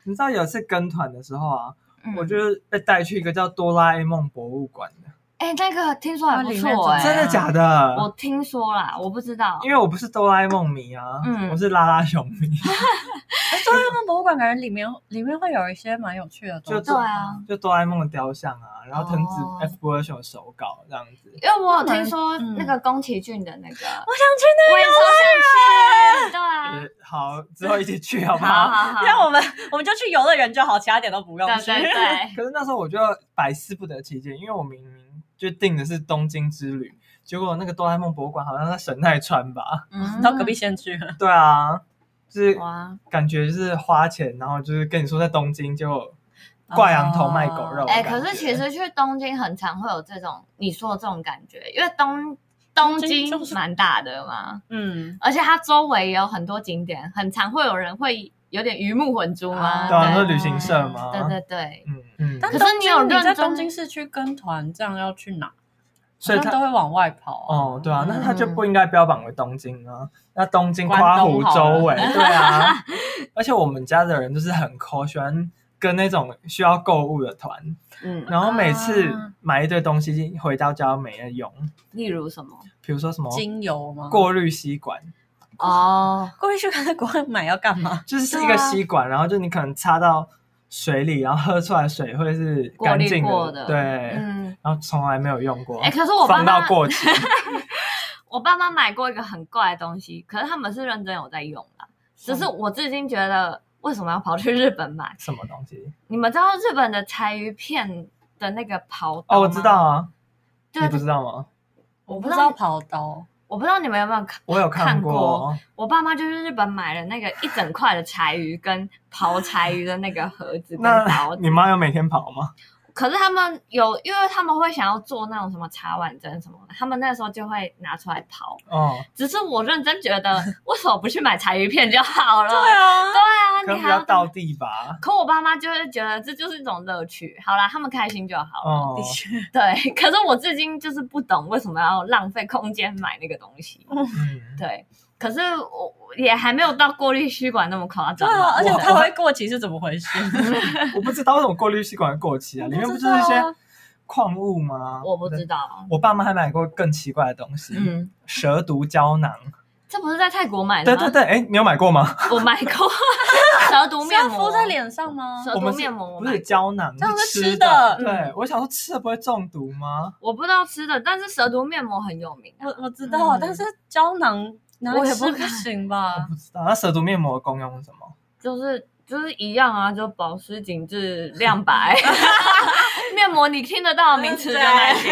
[SPEAKER 2] 你知道有一次跟团的时候啊，
[SPEAKER 4] 嗯
[SPEAKER 2] 我就是被带去一个叫哆啦 A 梦博物馆的，
[SPEAKER 4] 哎，那个听说还不错
[SPEAKER 3] 啊
[SPEAKER 4] 哎，
[SPEAKER 3] 对
[SPEAKER 2] 真的假的？
[SPEAKER 4] 我听说啦，我不知道。
[SPEAKER 2] 因为我不是哆啦 A 梦迷啊，
[SPEAKER 4] 嗯
[SPEAKER 2] 我是拉拉熊迷，
[SPEAKER 3] 哆啦 A 梦博物馆感觉里面里面会有一些蛮有趣的东
[SPEAKER 2] 就
[SPEAKER 3] 西。
[SPEAKER 4] 对啊，
[SPEAKER 2] 就哆啦 A 梦的雕像啊，然后藤子
[SPEAKER 4] 哦
[SPEAKER 2] F 不二雄的手稿这样子。
[SPEAKER 4] 因为我有听说
[SPEAKER 3] 嗯
[SPEAKER 4] 那个宫崎骏的那个，
[SPEAKER 3] 我想去那
[SPEAKER 4] 我也超想去。对啊，
[SPEAKER 2] 呃，好，之后一起去好不
[SPEAKER 4] 好
[SPEAKER 2] 好？
[SPEAKER 4] 好好，
[SPEAKER 3] 那我们我们就去游乐园就好，其他点都不用
[SPEAKER 4] 对
[SPEAKER 3] 去。
[SPEAKER 4] 对 对，
[SPEAKER 2] 可是那时候我就百思不得其解，因为我明明就定的是东京之旅，结果那个哆啦 A 梦博物馆好像在神奈川吧？
[SPEAKER 3] 嗯，到隔壁先去了。
[SPEAKER 2] 对啊， 就是
[SPEAKER 4] 哇，
[SPEAKER 2] 感觉就是花钱，然后就是跟你说在东京就挂羊头卖狗肉的
[SPEAKER 4] 哦哎，
[SPEAKER 2] 感觉。
[SPEAKER 4] 可是其实去东京很常会有这种你说的这种感觉，因为东东京
[SPEAKER 3] 东京就是
[SPEAKER 4] 蛮大的嘛，
[SPEAKER 3] 嗯，
[SPEAKER 4] 而且它周围也有很多景点，很常会有人会有点鱼目混珠嘛。
[SPEAKER 3] 啊
[SPEAKER 2] 对啊，那
[SPEAKER 4] 对
[SPEAKER 2] 是旅行社吗？
[SPEAKER 4] 对对对，
[SPEAKER 2] 嗯嗯，
[SPEAKER 3] 但
[SPEAKER 4] 可是
[SPEAKER 3] 东
[SPEAKER 4] 你
[SPEAKER 3] 京
[SPEAKER 4] 有
[SPEAKER 3] 你
[SPEAKER 4] 认
[SPEAKER 3] 在
[SPEAKER 4] 真
[SPEAKER 3] 东京市区跟团，这样要去哪？
[SPEAKER 2] 所以
[SPEAKER 3] 好像
[SPEAKER 2] 他
[SPEAKER 3] 都会往外跑、啊。
[SPEAKER 2] 哦，对啊，那他就
[SPEAKER 4] 嗯
[SPEAKER 2] 不应该标榜为东京啊，那东京
[SPEAKER 4] 关
[SPEAKER 2] 夸
[SPEAKER 4] 东
[SPEAKER 2] 湖
[SPEAKER 4] 好了
[SPEAKER 2] 周围，对啊，而且我们家的人就是很抠，喜欢跟那种需要购物的团，
[SPEAKER 4] 嗯，
[SPEAKER 2] 然后每次
[SPEAKER 3] 啊
[SPEAKER 2] 买一堆东西回到家没得用，
[SPEAKER 4] 例如什么？
[SPEAKER 2] 比如说什么
[SPEAKER 3] 嗯精油吗？
[SPEAKER 2] 过滤吸管，
[SPEAKER 4] 哦，
[SPEAKER 3] 过去去看在国外买要干嘛？
[SPEAKER 2] 就是是
[SPEAKER 4] 对
[SPEAKER 2] 一个
[SPEAKER 4] 啊
[SPEAKER 2] 吸管，然后就你可能插到水里，然后喝出来的水会是
[SPEAKER 4] 过
[SPEAKER 2] 干
[SPEAKER 4] 滤
[SPEAKER 2] 净
[SPEAKER 4] 过的
[SPEAKER 2] 的，对，
[SPEAKER 4] 嗯，
[SPEAKER 2] 然后从来没有用过，
[SPEAKER 4] 哎，可是我爸
[SPEAKER 2] 放到
[SPEAKER 4] 妈，
[SPEAKER 2] 过期，
[SPEAKER 4] 我爸妈买过一个很怪的东西，可是他们是认真有在用啦，只是我至今觉得为什么要跑去日本买？
[SPEAKER 2] 什么东西？
[SPEAKER 4] 你们知道日本的柴鱼片的那个刨刀
[SPEAKER 2] 哦，
[SPEAKER 4] 吗
[SPEAKER 2] 我知道，啊，
[SPEAKER 4] 对
[SPEAKER 2] 你，不知道吗？
[SPEAKER 3] 我
[SPEAKER 4] 不
[SPEAKER 3] 不
[SPEAKER 4] 知
[SPEAKER 3] 知
[SPEAKER 4] 道
[SPEAKER 3] 道刨刀，
[SPEAKER 4] 我不知道你们有没有看。
[SPEAKER 2] 我有看
[SPEAKER 4] 看过
[SPEAKER 2] 过哦
[SPEAKER 4] 我爸妈就去日本买了那个一整块的柴鱼跟刨柴鱼的那个盒子跟
[SPEAKER 2] 那
[SPEAKER 4] 刀子
[SPEAKER 2] 你妈有每天跑吗？
[SPEAKER 4] 可是他们有，因为他们会想要做那种什么茶碗蒸什么的，他们那时候就会拿出来刨。
[SPEAKER 2] 哦，
[SPEAKER 4] 只是我认真觉得，为什么不去买柴鱼片就好了？对
[SPEAKER 3] 啊
[SPEAKER 4] 啊，
[SPEAKER 2] 可能
[SPEAKER 4] 你
[SPEAKER 2] 比
[SPEAKER 4] 还要
[SPEAKER 2] 较道
[SPEAKER 4] 到。
[SPEAKER 2] 地吧。
[SPEAKER 4] 可我爸妈就会觉得这就是一种乐趣。好啦，他们开心就好。
[SPEAKER 2] 哦
[SPEAKER 3] 的，确，
[SPEAKER 4] 对， 可是我至今就是不懂为什么要浪费空间买那个东西。
[SPEAKER 2] 嗯，
[SPEAKER 4] 对，可是我我也还没有到过滤吸管那么夸
[SPEAKER 3] 对
[SPEAKER 4] 张
[SPEAKER 3] 啊
[SPEAKER 4] 吧。，
[SPEAKER 3] 而且
[SPEAKER 4] 我
[SPEAKER 3] 它会过期是怎么回事？
[SPEAKER 2] 我不知道为什么过滤吸管会过期 啊，
[SPEAKER 3] 我
[SPEAKER 2] 里
[SPEAKER 3] 不
[SPEAKER 2] 面不
[SPEAKER 3] 知
[SPEAKER 2] 就是一些
[SPEAKER 3] 道啊
[SPEAKER 2] 矿物吗？
[SPEAKER 4] 我不知。道。
[SPEAKER 2] 我爸妈还买过更奇怪的东西，
[SPEAKER 4] 嗯，
[SPEAKER 2] 蛇毒胶囊。
[SPEAKER 4] 这不是在泰国买的
[SPEAKER 2] 对哎
[SPEAKER 4] 吗？
[SPEAKER 2] 对对，哎，你有买过吗？
[SPEAKER 4] 我买过，蛇毒面膜
[SPEAKER 3] 敷在脸上吗？
[SPEAKER 4] 蛇
[SPEAKER 2] 我
[SPEAKER 4] 毒
[SPEAKER 2] 们是
[SPEAKER 4] 面膜我
[SPEAKER 2] 不
[SPEAKER 4] 买
[SPEAKER 2] 是胶囊，
[SPEAKER 3] 这样是
[SPEAKER 2] 吃
[SPEAKER 3] 吃的
[SPEAKER 4] 嗯
[SPEAKER 2] 对，我想说吃的不会中毒吗？
[SPEAKER 4] 我不知道吃的，但是蛇毒面膜很有名啊、
[SPEAKER 3] 我我知道，
[SPEAKER 1] 嗯
[SPEAKER 3] 但是胶囊拿
[SPEAKER 4] 我
[SPEAKER 3] 来
[SPEAKER 4] 也
[SPEAKER 3] 吃
[SPEAKER 4] 不
[SPEAKER 3] 不行吧
[SPEAKER 4] 啊
[SPEAKER 2] 我？不知道。那蛇毒面膜的功用是什么？
[SPEAKER 4] 就是就是一样啊，就保湿、紧致、亮白。 面膜你听得到的名词就那些。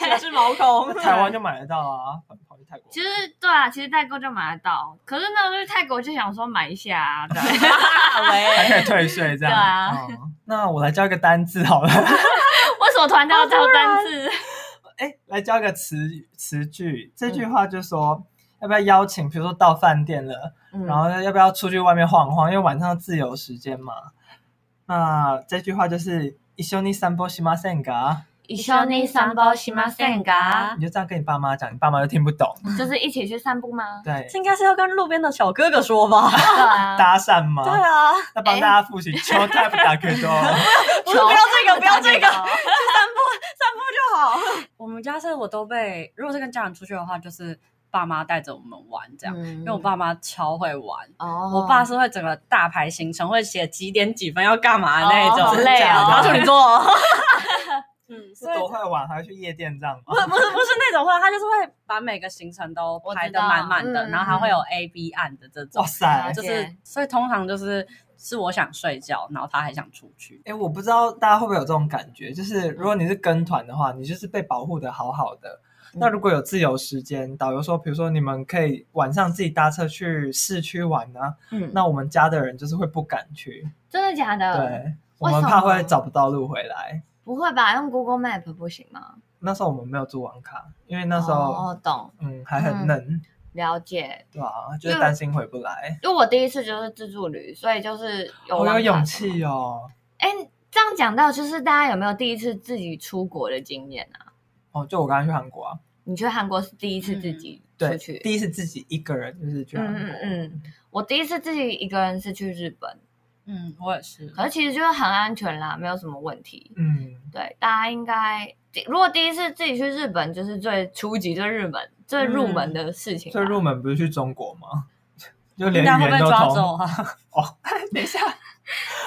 [SPEAKER 4] 对
[SPEAKER 1] 也是毛孔
[SPEAKER 2] 那。 台湾就买得到啊，跑去泰国。
[SPEAKER 4] 哦嗯其实对啊，其实代购就买得到，可是那时候去泰国就想说买一下啊，对
[SPEAKER 2] 还可以退税这样。
[SPEAKER 4] 对啊
[SPEAKER 2] 嗯那我来教一个单字好了。
[SPEAKER 4] 为什么突然到挑单字？
[SPEAKER 2] 哎，来教一个词语词句。这
[SPEAKER 3] 嗯
[SPEAKER 2] 句话就说要不要邀请，比如说到饭店了，
[SPEAKER 4] 嗯
[SPEAKER 2] 然后要不要出去外面晃晃，因为晚上自由时间嘛。那这句话就是一緒に散歩しませんか？
[SPEAKER 4] 一緒に散歩しませんか？
[SPEAKER 2] 你就这样跟你爸妈讲，你爸妈就听不懂。
[SPEAKER 3] 嗯
[SPEAKER 4] 就是一起去散步 吗？
[SPEAKER 2] 对，
[SPEAKER 3] 这应该是要跟路边的小哥哥说吧？
[SPEAKER 4] 对啊，
[SPEAKER 2] 搭讪吗？
[SPEAKER 3] 对啊，
[SPEAKER 2] 那帮大家复习，求 type 打更多。
[SPEAKER 3] 不是不要这 个，不要这个，
[SPEAKER 4] 求
[SPEAKER 3] 就好。我们家是我都被，如果是跟家人出去的话，就是爸妈带着我们玩这样，
[SPEAKER 2] 嗯
[SPEAKER 3] 因为我爸妈超会玩。
[SPEAKER 4] 嗯哦，
[SPEAKER 3] 我爸是会整个大排行程，会写几点几分要干嘛的那一
[SPEAKER 4] 哦好
[SPEAKER 3] 种，
[SPEAKER 4] 累哦
[SPEAKER 3] 然后处女 座哦，嗯，
[SPEAKER 2] 是
[SPEAKER 3] 所以
[SPEAKER 2] 多会玩，还会去夜店这样吗
[SPEAKER 3] 不？是不是不是那种会，他就是会把每个行程都
[SPEAKER 4] 我知道
[SPEAKER 3] 排的满满的，
[SPEAKER 4] 嗯
[SPEAKER 3] 然后还会有 A B 案的这种
[SPEAKER 2] 哇，塞！
[SPEAKER 4] 了
[SPEAKER 3] 就
[SPEAKER 4] 解
[SPEAKER 3] 是所以通常就是是我想睡觉，然后他还想出去。
[SPEAKER 2] 哎，我不知道大家会不会有这种感觉，就是如果你是跟团的话，你就是被保护的好好的。
[SPEAKER 4] 嗯
[SPEAKER 2] 那如果有自由时间，导游说，比如说你们可以晚上自己搭车去市区玩啊，
[SPEAKER 4] 嗯
[SPEAKER 2] 那我们家的人就是会不敢去，
[SPEAKER 4] 真的假的？
[SPEAKER 2] 对，我
[SPEAKER 4] 嗯为
[SPEAKER 2] 们
[SPEAKER 4] 什
[SPEAKER 2] 怕会
[SPEAKER 4] 么
[SPEAKER 2] 找不到路回来。
[SPEAKER 4] 不会吧？用 Google Map 不行吗？
[SPEAKER 2] 那时候我们没有住网卡，因为那时候
[SPEAKER 4] 哦，懂
[SPEAKER 2] 嗯还很嫩，
[SPEAKER 4] 了解。
[SPEAKER 2] 对啊，就是担心回不来。
[SPEAKER 4] 因为我第一次就是自助旅，所以就是有
[SPEAKER 2] 我有
[SPEAKER 4] 网卡
[SPEAKER 2] 勇
[SPEAKER 4] 什么
[SPEAKER 2] 气哦，
[SPEAKER 4] 哎，这样讲到，就是大家有没有第一次自己出国的经验啊？
[SPEAKER 2] 哦，就我刚刚去韩国啊，你
[SPEAKER 4] 你去韩国是第一次自己出
[SPEAKER 2] 对，
[SPEAKER 4] 去？
[SPEAKER 2] 第一次自己一个人就是去韩
[SPEAKER 4] 嗯
[SPEAKER 2] 国，
[SPEAKER 4] 嗯嗯，我第一次自己一个人是去日本，
[SPEAKER 3] 嗯，我也是。
[SPEAKER 4] 可是其实就是很安全啦，没有什么问题。
[SPEAKER 2] 嗯
[SPEAKER 4] 对，大家应该如果第一次自己去日本，就是最初级、最日本、最入门的事情啦。
[SPEAKER 2] 嗯最入门不是去中国吗？ 就连
[SPEAKER 3] 人家会
[SPEAKER 2] 语
[SPEAKER 3] 被
[SPEAKER 2] 言都
[SPEAKER 3] 抓
[SPEAKER 2] 通
[SPEAKER 3] 走。啊？
[SPEAKER 2] 哦，等一下，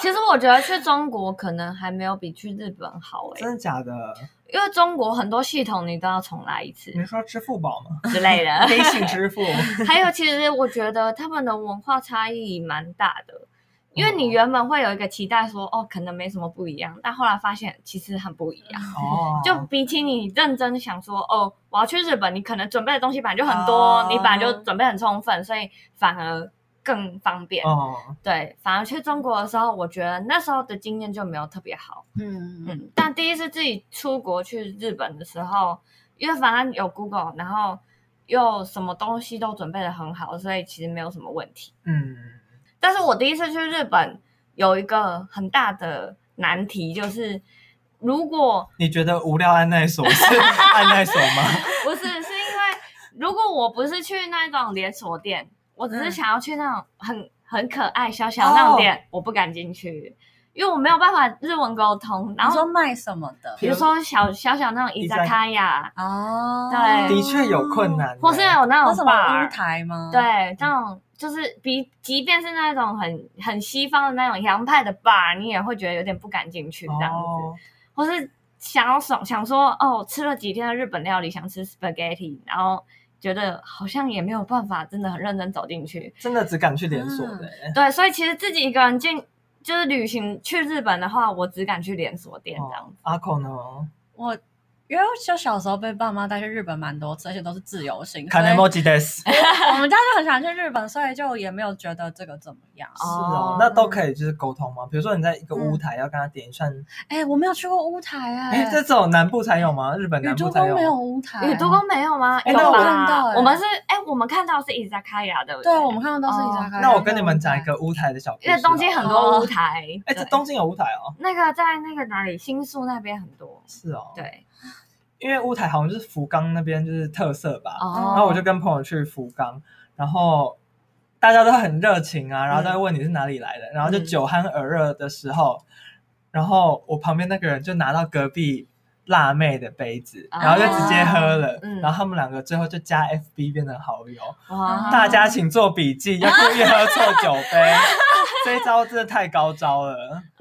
[SPEAKER 4] 其实我觉得去中国可能还没有比去日本好诶、
[SPEAKER 2] 真的假的？
[SPEAKER 4] 因为中国很多系统你都要重来一次
[SPEAKER 2] 你说支付 宝吗？
[SPEAKER 4] 之 类的。
[SPEAKER 2] 微信支付，
[SPEAKER 4] 还有，其实我觉得他们的文化差异蛮大的，因为你原本会有一个期待说，哦，可能没什么不一样，但后来发现其实很不一样。
[SPEAKER 2] 哦，
[SPEAKER 4] 就比起你认真想说，哦，我要去日本，你可能准备的东西本来就很多，
[SPEAKER 3] 哦
[SPEAKER 4] 你本来就准备很充分，所以反而更方便。
[SPEAKER 2] 哦，
[SPEAKER 4] 对，反而去中国的时候，我觉得那时候的经验就没有特别好。
[SPEAKER 3] 嗯嗯，
[SPEAKER 4] 嗯，但第一次自己出国去日本的时候，因为反正有 Google，然后又什么东西都准备的很好，所以其实没有什么问题。
[SPEAKER 2] 嗯，
[SPEAKER 4] 但是我第一次去日本有一个很大的难题，就是如果
[SPEAKER 2] 你觉得无聊按奈所是 按奈所吗？
[SPEAKER 4] 不是是因为如果我不是去那种连锁店，我只是
[SPEAKER 3] 嗯哦
[SPEAKER 4] 想要去那种很很可爱小小那种店，我不敢进去，因为我没有办法日文沟通。然
[SPEAKER 3] 你说
[SPEAKER 4] 后
[SPEAKER 3] 卖什么的
[SPEAKER 4] 比如说小小小那种伊
[SPEAKER 2] 伊
[SPEAKER 4] 扎
[SPEAKER 2] 扎
[SPEAKER 4] 卡亚。
[SPEAKER 3] 哦，
[SPEAKER 4] 对
[SPEAKER 2] 的确有困，难，
[SPEAKER 4] 或是有那
[SPEAKER 3] 那
[SPEAKER 4] 种
[SPEAKER 3] 什么
[SPEAKER 4] bar，
[SPEAKER 3] 乌台吗？，
[SPEAKER 4] 对，那种就是比即便是那种很很西方的那种洋派的 bar，你也会觉得有点不敢进去这样子，
[SPEAKER 2] 哦，
[SPEAKER 4] 或是想要爽想说哦，吃了几天的日本料理，想吃 spaghetti，然后觉得好像也没有办法真的很认真走进去，
[SPEAKER 2] 真的只敢去连锁的、欸
[SPEAKER 4] 对，所以其实自己一个人进就是旅行去日本的话，我只敢去连锁店这样
[SPEAKER 2] 哦
[SPEAKER 4] 子。。
[SPEAKER 2] 阿孔呢？
[SPEAKER 3] 我因为就小时候被爸妈带去日本蛮多次，而且都是自由行，
[SPEAKER 2] 卡
[SPEAKER 3] 所以
[SPEAKER 2] 内莫吉德斯。
[SPEAKER 3] 我们家就很想去日本，所以就也没有觉得这个怎么样。
[SPEAKER 2] 是
[SPEAKER 4] 哦
[SPEAKER 2] 哦，那都可以就是沟通吗？比如说你在一个屋台要跟他点一串，
[SPEAKER 3] 哎、我没有去过乌台哎、
[SPEAKER 2] 哎，这种南部才有吗？日本
[SPEAKER 3] 宇
[SPEAKER 2] 南
[SPEAKER 3] 都
[SPEAKER 2] 部才
[SPEAKER 3] 宫没有
[SPEAKER 2] 有。
[SPEAKER 3] 乌台，啊
[SPEAKER 4] 宇都宫没有吗？
[SPEAKER 2] 哎
[SPEAKER 4] 有
[SPEAKER 2] 那我
[SPEAKER 4] 吧？
[SPEAKER 3] 看到哎
[SPEAKER 4] 我们是哎，我们看到是伊扎卡亚的，
[SPEAKER 3] 对我们看到都是伊扎卡。
[SPEAKER 2] 哦那我跟你们讲一，个屋台的小故事
[SPEAKER 4] 因
[SPEAKER 2] 哦。
[SPEAKER 4] 为东京很多舞台，
[SPEAKER 2] 哎，这
[SPEAKER 4] 对
[SPEAKER 2] 东京有屋台哦，
[SPEAKER 4] 那个在那个哪里新宿那边很多，
[SPEAKER 2] 是哦，，
[SPEAKER 4] 对，
[SPEAKER 2] 因为屋台好像就是福冈那边就是特色吧，
[SPEAKER 4] 哦
[SPEAKER 2] 然后我就跟朋友去福冈，然后大家都很热情啊，然后都
[SPEAKER 4] 嗯
[SPEAKER 2] 会问你是哪里来的，然后就酒酣耳热的时候，然后我旁边那个人就拿到隔壁辣妹的杯子，
[SPEAKER 4] 啊
[SPEAKER 2] 然后就直接喝了，
[SPEAKER 4] 嗯
[SPEAKER 2] 然后他们两个最后就加 FB 变成好友，
[SPEAKER 4] 哇
[SPEAKER 2] 大家请做笔记，要故意喝错酒杯，这一招真的太高招了。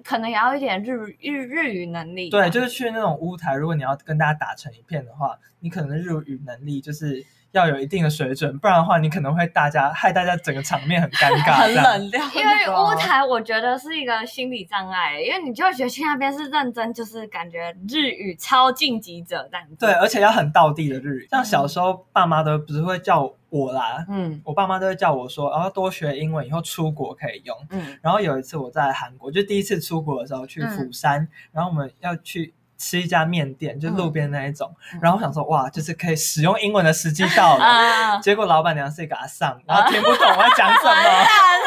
[SPEAKER 4] 可能也要一点日日日语能力吧。
[SPEAKER 2] 对，就是去那种乌台，如果你要跟大家打成一片的话，你可能日语能力就是要有一定的水准，不然的话，你可能会大家害大家整个场面很尴尬。
[SPEAKER 3] 很
[SPEAKER 2] 这样。
[SPEAKER 3] 冷调，
[SPEAKER 4] 因为乌台，我觉得是一个心理障碍，因为你就会觉得去那边是认真，就是感觉日语超晋级者这样子。
[SPEAKER 2] 对，而且要很道地的日语。像小时候，爸妈都不是会叫我啦，
[SPEAKER 3] 嗯
[SPEAKER 2] 我爸妈都会叫我说，然、后多学英文，以后出国可以用。
[SPEAKER 3] 嗯，
[SPEAKER 2] 然后有一次我在韩国，就第一次出国的时候去釜山，然后我们要去吃一家面店，就路边那一种。
[SPEAKER 3] 嗯
[SPEAKER 2] 然后我想说，哇，就是可以使用英文的时机到 了。
[SPEAKER 4] 啊，
[SPEAKER 2] 结果老板娘是一个阿桑，然后听不懂我在讲 什么， 真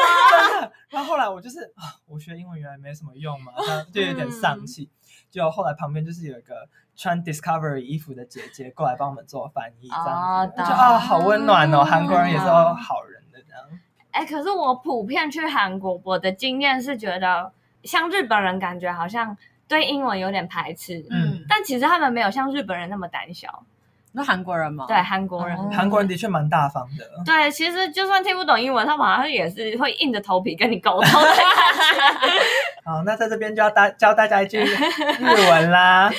[SPEAKER 2] 的。然后后来我就是，啊我学英文原来没什么用嘛，然后就有点丧
[SPEAKER 4] 嗯
[SPEAKER 2] 气。就后来旁边就是有一个穿 Discovery 衣服的姐姐过来帮我们做翻译，这样子，
[SPEAKER 4] 哦
[SPEAKER 2] 我就啊，
[SPEAKER 4] 懂
[SPEAKER 2] 好温暖哦，韩国人也是
[SPEAKER 3] 嗯
[SPEAKER 2] 好人的这样。
[SPEAKER 4] 哎、可是我普遍去韩国，我的经验是觉得，像日本人感觉好像对英文有点排斥，
[SPEAKER 2] 嗯
[SPEAKER 4] 但其实他们没有像日本人那么胆小。
[SPEAKER 3] 那韩国人吗？
[SPEAKER 4] 对，韩国人。
[SPEAKER 3] 哦
[SPEAKER 2] 韩国人的确蛮大方的，
[SPEAKER 4] 对，其实就算听不懂英文，他们好像也是会硬着头皮跟你沟通 的感觉。
[SPEAKER 2] 好，那在这边就要大教大家一句日 文啦，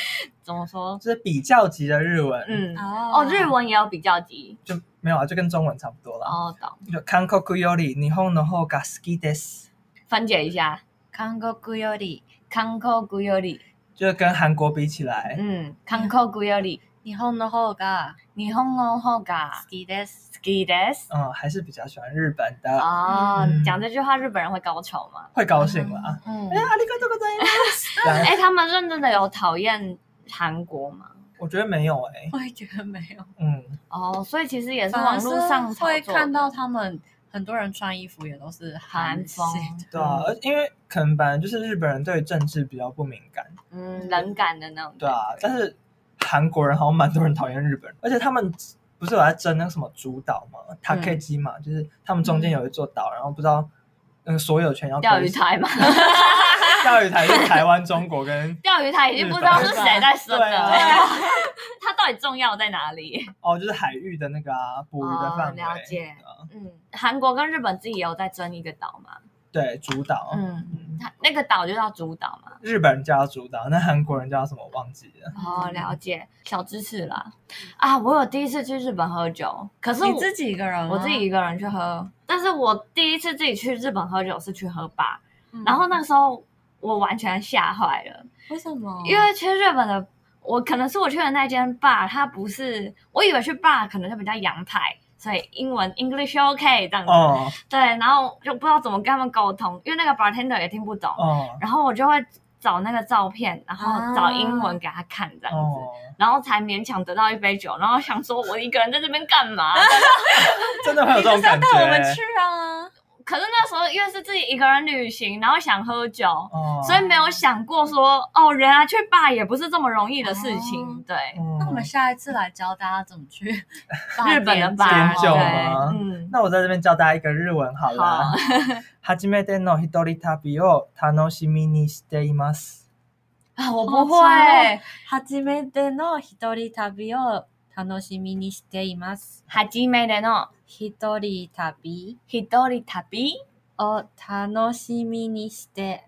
[SPEAKER 4] 怎么说？
[SPEAKER 2] 就是比较级的日文，
[SPEAKER 4] 嗯，
[SPEAKER 3] 哦
[SPEAKER 4] 哦，日文也有比较级。
[SPEAKER 2] 就没有啊，就跟中文差不多啦。
[SPEAKER 4] 哦，懂，
[SPEAKER 2] 就韓国より日本の方が好きです，
[SPEAKER 4] 分解一下。
[SPEAKER 3] 韩国より
[SPEAKER 4] 韓国より，
[SPEAKER 2] 就是跟韩国比起来，
[SPEAKER 4] 嗯，韓国より
[SPEAKER 3] 日本の方が
[SPEAKER 4] 日本の方が
[SPEAKER 3] 好きです。
[SPEAKER 4] 好きです。
[SPEAKER 2] 嗯，还是比较喜欢日本的，
[SPEAKER 4] 哦
[SPEAKER 2] 嗯，
[SPEAKER 4] 讲这句话日本人会高潮吗？
[SPEAKER 2] 会高兴啦。
[SPEAKER 4] 嗯
[SPEAKER 2] 哎、，ありがとう ございます。然后
[SPEAKER 4] 哎，他们认真的有讨厌韩国吗？
[SPEAKER 2] 我觉得没有哎、
[SPEAKER 3] 我也觉得没有，
[SPEAKER 2] 嗯，
[SPEAKER 4] 哦，所以其实也是
[SPEAKER 3] 反
[SPEAKER 4] 网
[SPEAKER 3] 而
[SPEAKER 4] 络上
[SPEAKER 3] 是会
[SPEAKER 4] 炒作的
[SPEAKER 3] 看到他们很多人穿衣服也都是
[SPEAKER 4] 韩
[SPEAKER 3] 系
[SPEAKER 4] 风，
[SPEAKER 2] 对啊，
[SPEAKER 4] 嗯
[SPEAKER 2] 而因为可能本来就是日本人对政治比较不敏感，
[SPEAKER 4] 嗯，冷感的那种。
[SPEAKER 2] 对啊，但是韩国人好像蛮多人讨厌日本人，而且他们不是有在争那个什么主岛嘛，
[SPEAKER 4] 嗯
[SPEAKER 2] 塔 K 基嘛，就是他们中间有一座岛，然后不知道嗯所有权要归
[SPEAKER 4] 钓鱼台嘛，
[SPEAKER 2] 钓鱼台是台湾、中国跟
[SPEAKER 4] 钓鱼台已经不知道是谁在生
[SPEAKER 2] 对
[SPEAKER 4] 的，
[SPEAKER 2] 啊
[SPEAKER 4] 它到底重要在哪里？
[SPEAKER 2] 哦就是海域的那个啊捕鱼的范围，
[SPEAKER 4] 哦了解
[SPEAKER 2] 对啊
[SPEAKER 4] 嗯，韩国跟日本自己也有在争一个岛嘛，
[SPEAKER 2] 对主岛，
[SPEAKER 4] 嗯，
[SPEAKER 2] 嗯
[SPEAKER 4] 它那个岛就叫主岛嘛。
[SPEAKER 2] 日本人叫主岛，那韩国人叫什么我忘记了。
[SPEAKER 4] 哦，了解，小知识啦。啊，我有第一次去日本喝酒，可是
[SPEAKER 3] 你
[SPEAKER 4] 我
[SPEAKER 3] 自己一个人吗？
[SPEAKER 4] 我自己一个人去喝，但是我第一次自己去日本喝酒是去喝吧，
[SPEAKER 3] 嗯，哦
[SPEAKER 4] 然后那时候我完全吓坏了，
[SPEAKER 3] 为什么？
[SPEAKER 4] 因为去日本的我可能是我去的那间 bar，它不是，我以为去 bar 可能就比较洋派。所以英文 English OK 这样子，
[SPEAKER 2] 哦
[SPEAKER 4] 对，然后就不知道怎么跟他们沟通，因为那个 bartender 也听不懂，
[SPEAKER 2] 哦
[SPEAKER 4] 然后我就会找那个照片，然后找
[SPEAKER 3] 啊
[SPEAKER 4] 英文给他看这样子，
[SPEAKER 2] 哦，
[SPEAKER 4] 然后才勉强得到一杯酒，然后想说我一个人在这边干嘛？
[SPEAKER 2] 真的会有这种 感觉。
[SPEAKER 3] 啊带我们去啊！
[SPEAKER 4] 可是那时候因为是自己一个人旅行，然后想喝酒，
[SPEAKER 2] 哦，
[SPEAKER 4] 所以没有想过说哦，原来去爸也不是这么容易的事情。
[SPEAKER 3] 哦
[SPEAKER 4] 对，
[SPEAKER 2] 嗯
[SPEAKER 3] 那我们下一次来教大家怎么 去
[SPEAKER 4] 日本的
[SPEAKER 2] 吧
[SPEAKER 4] 爸，
[SPEAKER 2] 点酒
[SPEAKER 4] 对
[SPEAKER 2] 吗，
[SPEAKER 4] 嗯，
[SPEAKER 2] 那我在这边教大家一个日文好了
[SPEAKER 4] 好。
[SPEAKER 2] はじめての一人旅を楽しみにしています。
[SPEAKER 4] 啊，我不
[SPEAKER 3] 不
[SPEAKER 4] 会，
[SPEAKER 3] 会，初めての一人旅を楽しみにしています。
[SPEAKER 4] 哈基梅的诺，
[SPEAKER 3] 一人旅
[SPEAKER 4] ヒドリタビ，
[SPEAKER 3] を楽しみにして、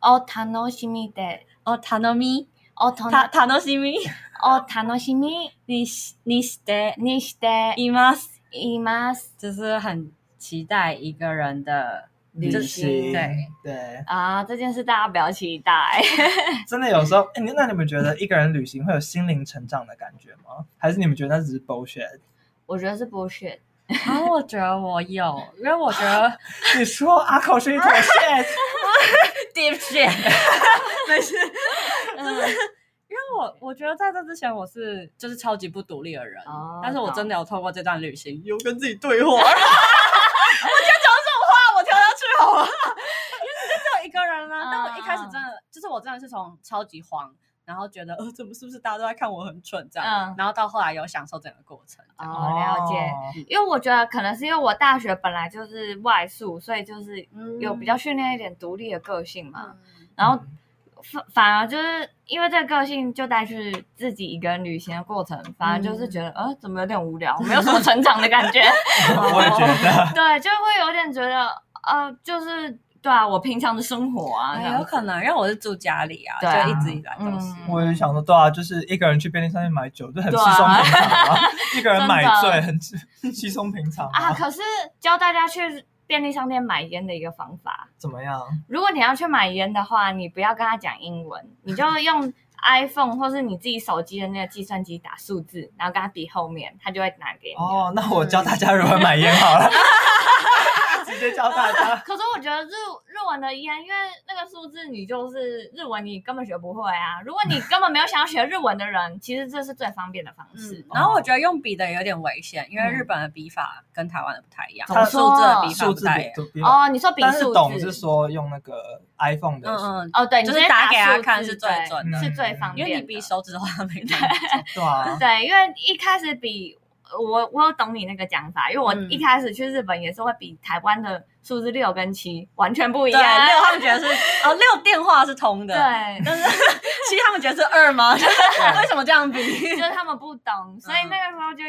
[SPEAKER 4] 哦，塔诺西米的，
[SPEAKER 3] を頼み、
[SPEAKER 4] 哦，塔
[SPEAKER 3] た楽しみ
[SPEAKER 4] 哦，塔诺西米，
[SPEAKER 3] にしにして
[SPEAKER 4] 你して
[SPEAKER 3] います。
[SPEAKER 4] います
[SPEAKER 3] 就是很期待一个人的
[SPEAKER 4] 旅
[SPEAKER 2] 旅
[SPEAKER 4] 行
[SPEAKER 2] 行
[SPEAKER 3] 对
[SPEAKER 2] 对，
[SPEAKER 4] 啊，这件事大家不要期待。
[SPEAKER 2] 真的有时候，哎，你那你们觉得一个人旅行会有心灵成长的感觉吗？还是你们觉得那只是 bullshit？
[SPEAKER 4] 我觉得是 bullshit，
[SPEAKER 3] 然后我觉得我有，因为我觉得
[SPEAKER 2] 你说阿口是一
[SPEAKER 4] 啊
[SPEAKER 2] 坨 shit，
[SPEAKER 3] deep shit，没事，就是
[SPEAKER 4] 嗯
[SPEAKER 3] 因为我我觉得在这之前我是就是超级不独立的人，
[SPEAKER 4] 哦
[SPEAKER 3] 但是我真
[SPEAKER 4] 懂
[SPEAKER 3] 的有透过这段旅行有跟自己对话。我就讲这种话，我跳下去好了，因为就只有一个人啊。但我一开始真的就是我真的是从超级慌，然后觉得呃，怎么是不是大家都在看我很蠢这样，
[SPEAKER 4] 嗯
[SPEAKER 3] 然后到后来有享受整个过程。
[SPEAKER 4] 哦，了解。因为我觉得可能是因为我大学本来就是外宿，所以就是
[SPEAKER 3] 嗯
[SPEAKER 4] 有比较训练一点独立的个性嘛。
[SPEAKER 3] 嗯
[SPEAKER 4] 然后反反而就是因为这个个性，就带去自己一个人旅行的过程，反而就是觉得，
[SPEAKER 3] 嗯
[SPEAKER 4] 呃，怎么有点无聊，没有什么成长的感觉。
[SPEAKER 2] 哦 我也觉得，
[SPEAKER 4] 对，就会有点觉得，呃，就是对啊，我平常的生活啊，这
[SPEAKER 3] 哎
[SPEAKER 4] 样
[SPEAKER 3] 有
[SPEAKER 4] 子
[SPEAKER 3] 可能，因为我是住家里啊，
[SPEAKER 4] 对啊
[SPEAKER 3] 就一直以来都是。
[SPEAKER 4] 嗯
[SPEAKER 2] 我也想说，对啊，就是一个人去便利商店买酒，这很稀
[SPEAKER 4] 对啊
[SPEAKER 2] 松平常啊。 一个人买
[SPEAKER 4] 真的
[SPEAKER 2] 醉很稀稀松平常
[SPEAKER 4] 啊。
[SPEAKER 2] 啊。
[SPEAKER 4] 可是教大家去便利商店买烟的一个方法，
[SPEAKER 2] 怎么样？
[SPEAKER 4] 如果你要去买烟的话，你不要跟他讲英文，你就用 iPhone 或是你自己手机的那个计算机打数字，然后跟他比后面，他就会拿给你。啊
[SPEAKER 2] 哦，那
[SPEAKER 4] 嗯
[SPEAKER 2] 我教大家如何买烟 好了，直接教大家。
[SPEAKER 4] 可是我觉得日日文的烟，因为那个数字你就是日文，你根本学不会啊。如果你根本没有想要学日文的人，其实这是最方便的方式
[SPEAKER 3] 嗯。，然后我觉得用笔的有点危险，因为
[SPEAKER 4] 哦嗯哦
[SPEAKER 3] 日本的笔法跟台湾的不太一样，
[SPEAKER 4] 怎么说
[SPEAKER 3] 数字的笔法
[SPEAKER 2] 数
[SPEAKER 3] 不
[SPEAKER 2] 字
[SPEAKER 3] 太一样。
[SPEAKER 2] 不不用，
[SPEAKER 4] 哦，你说比
[SPEAKER 2] 但是
[SPEAKER 4] 数
[SPEAKER 2] 懂
[SPEAKER 4] 字
[SPEAKER 2] 是说用那个 iPhone 的，
[SPEAKER 3] 嗯嗯，
[SPEAKER 4] 哦，对，你
[SPEAKER 3] 就
[SPEAKER 4] 直
[SPEAKER 3] 是
[SPEAKER 4] 接
[SPEAKER 3] 打给他
[SPEAKER 4] 数
[SPEAKER 3] 看
[SPEAKER 4] 字
[SPEAKER 3] 是最
[SPEAKER 4] 对
[SPEAKER 3] 准
[SPEAKER 2] 的
[SPEAKER 4] 是最方便的。
[SPEAKER 3] 因为你比手指的话 他没看得
[SPEAKER 2] 对啊，
[SPEAKER 4] 对，因为一开始比呃我我有懂你那个讲法，因为我
[SPEAKER 3] 嗯
[SPEAKER 4] 一开始去日本也是会比台湾的数字六跟七完全不一
[SPEAKER 3] 见。对，
[SPEAKER 4] 样。
[SPEAKER 3] 六 他们觉得是哦，六电话是通的，
[SPEAKER 4] 对，
[SPEAKER 3] 但是其实他们觉得是二吗？ 就是为什么这样比？
[SPEAKER 4] 就是 他们不懂，所
[SPEAKER 3] 嗯
[SPEAKER 4] 以那个时候就。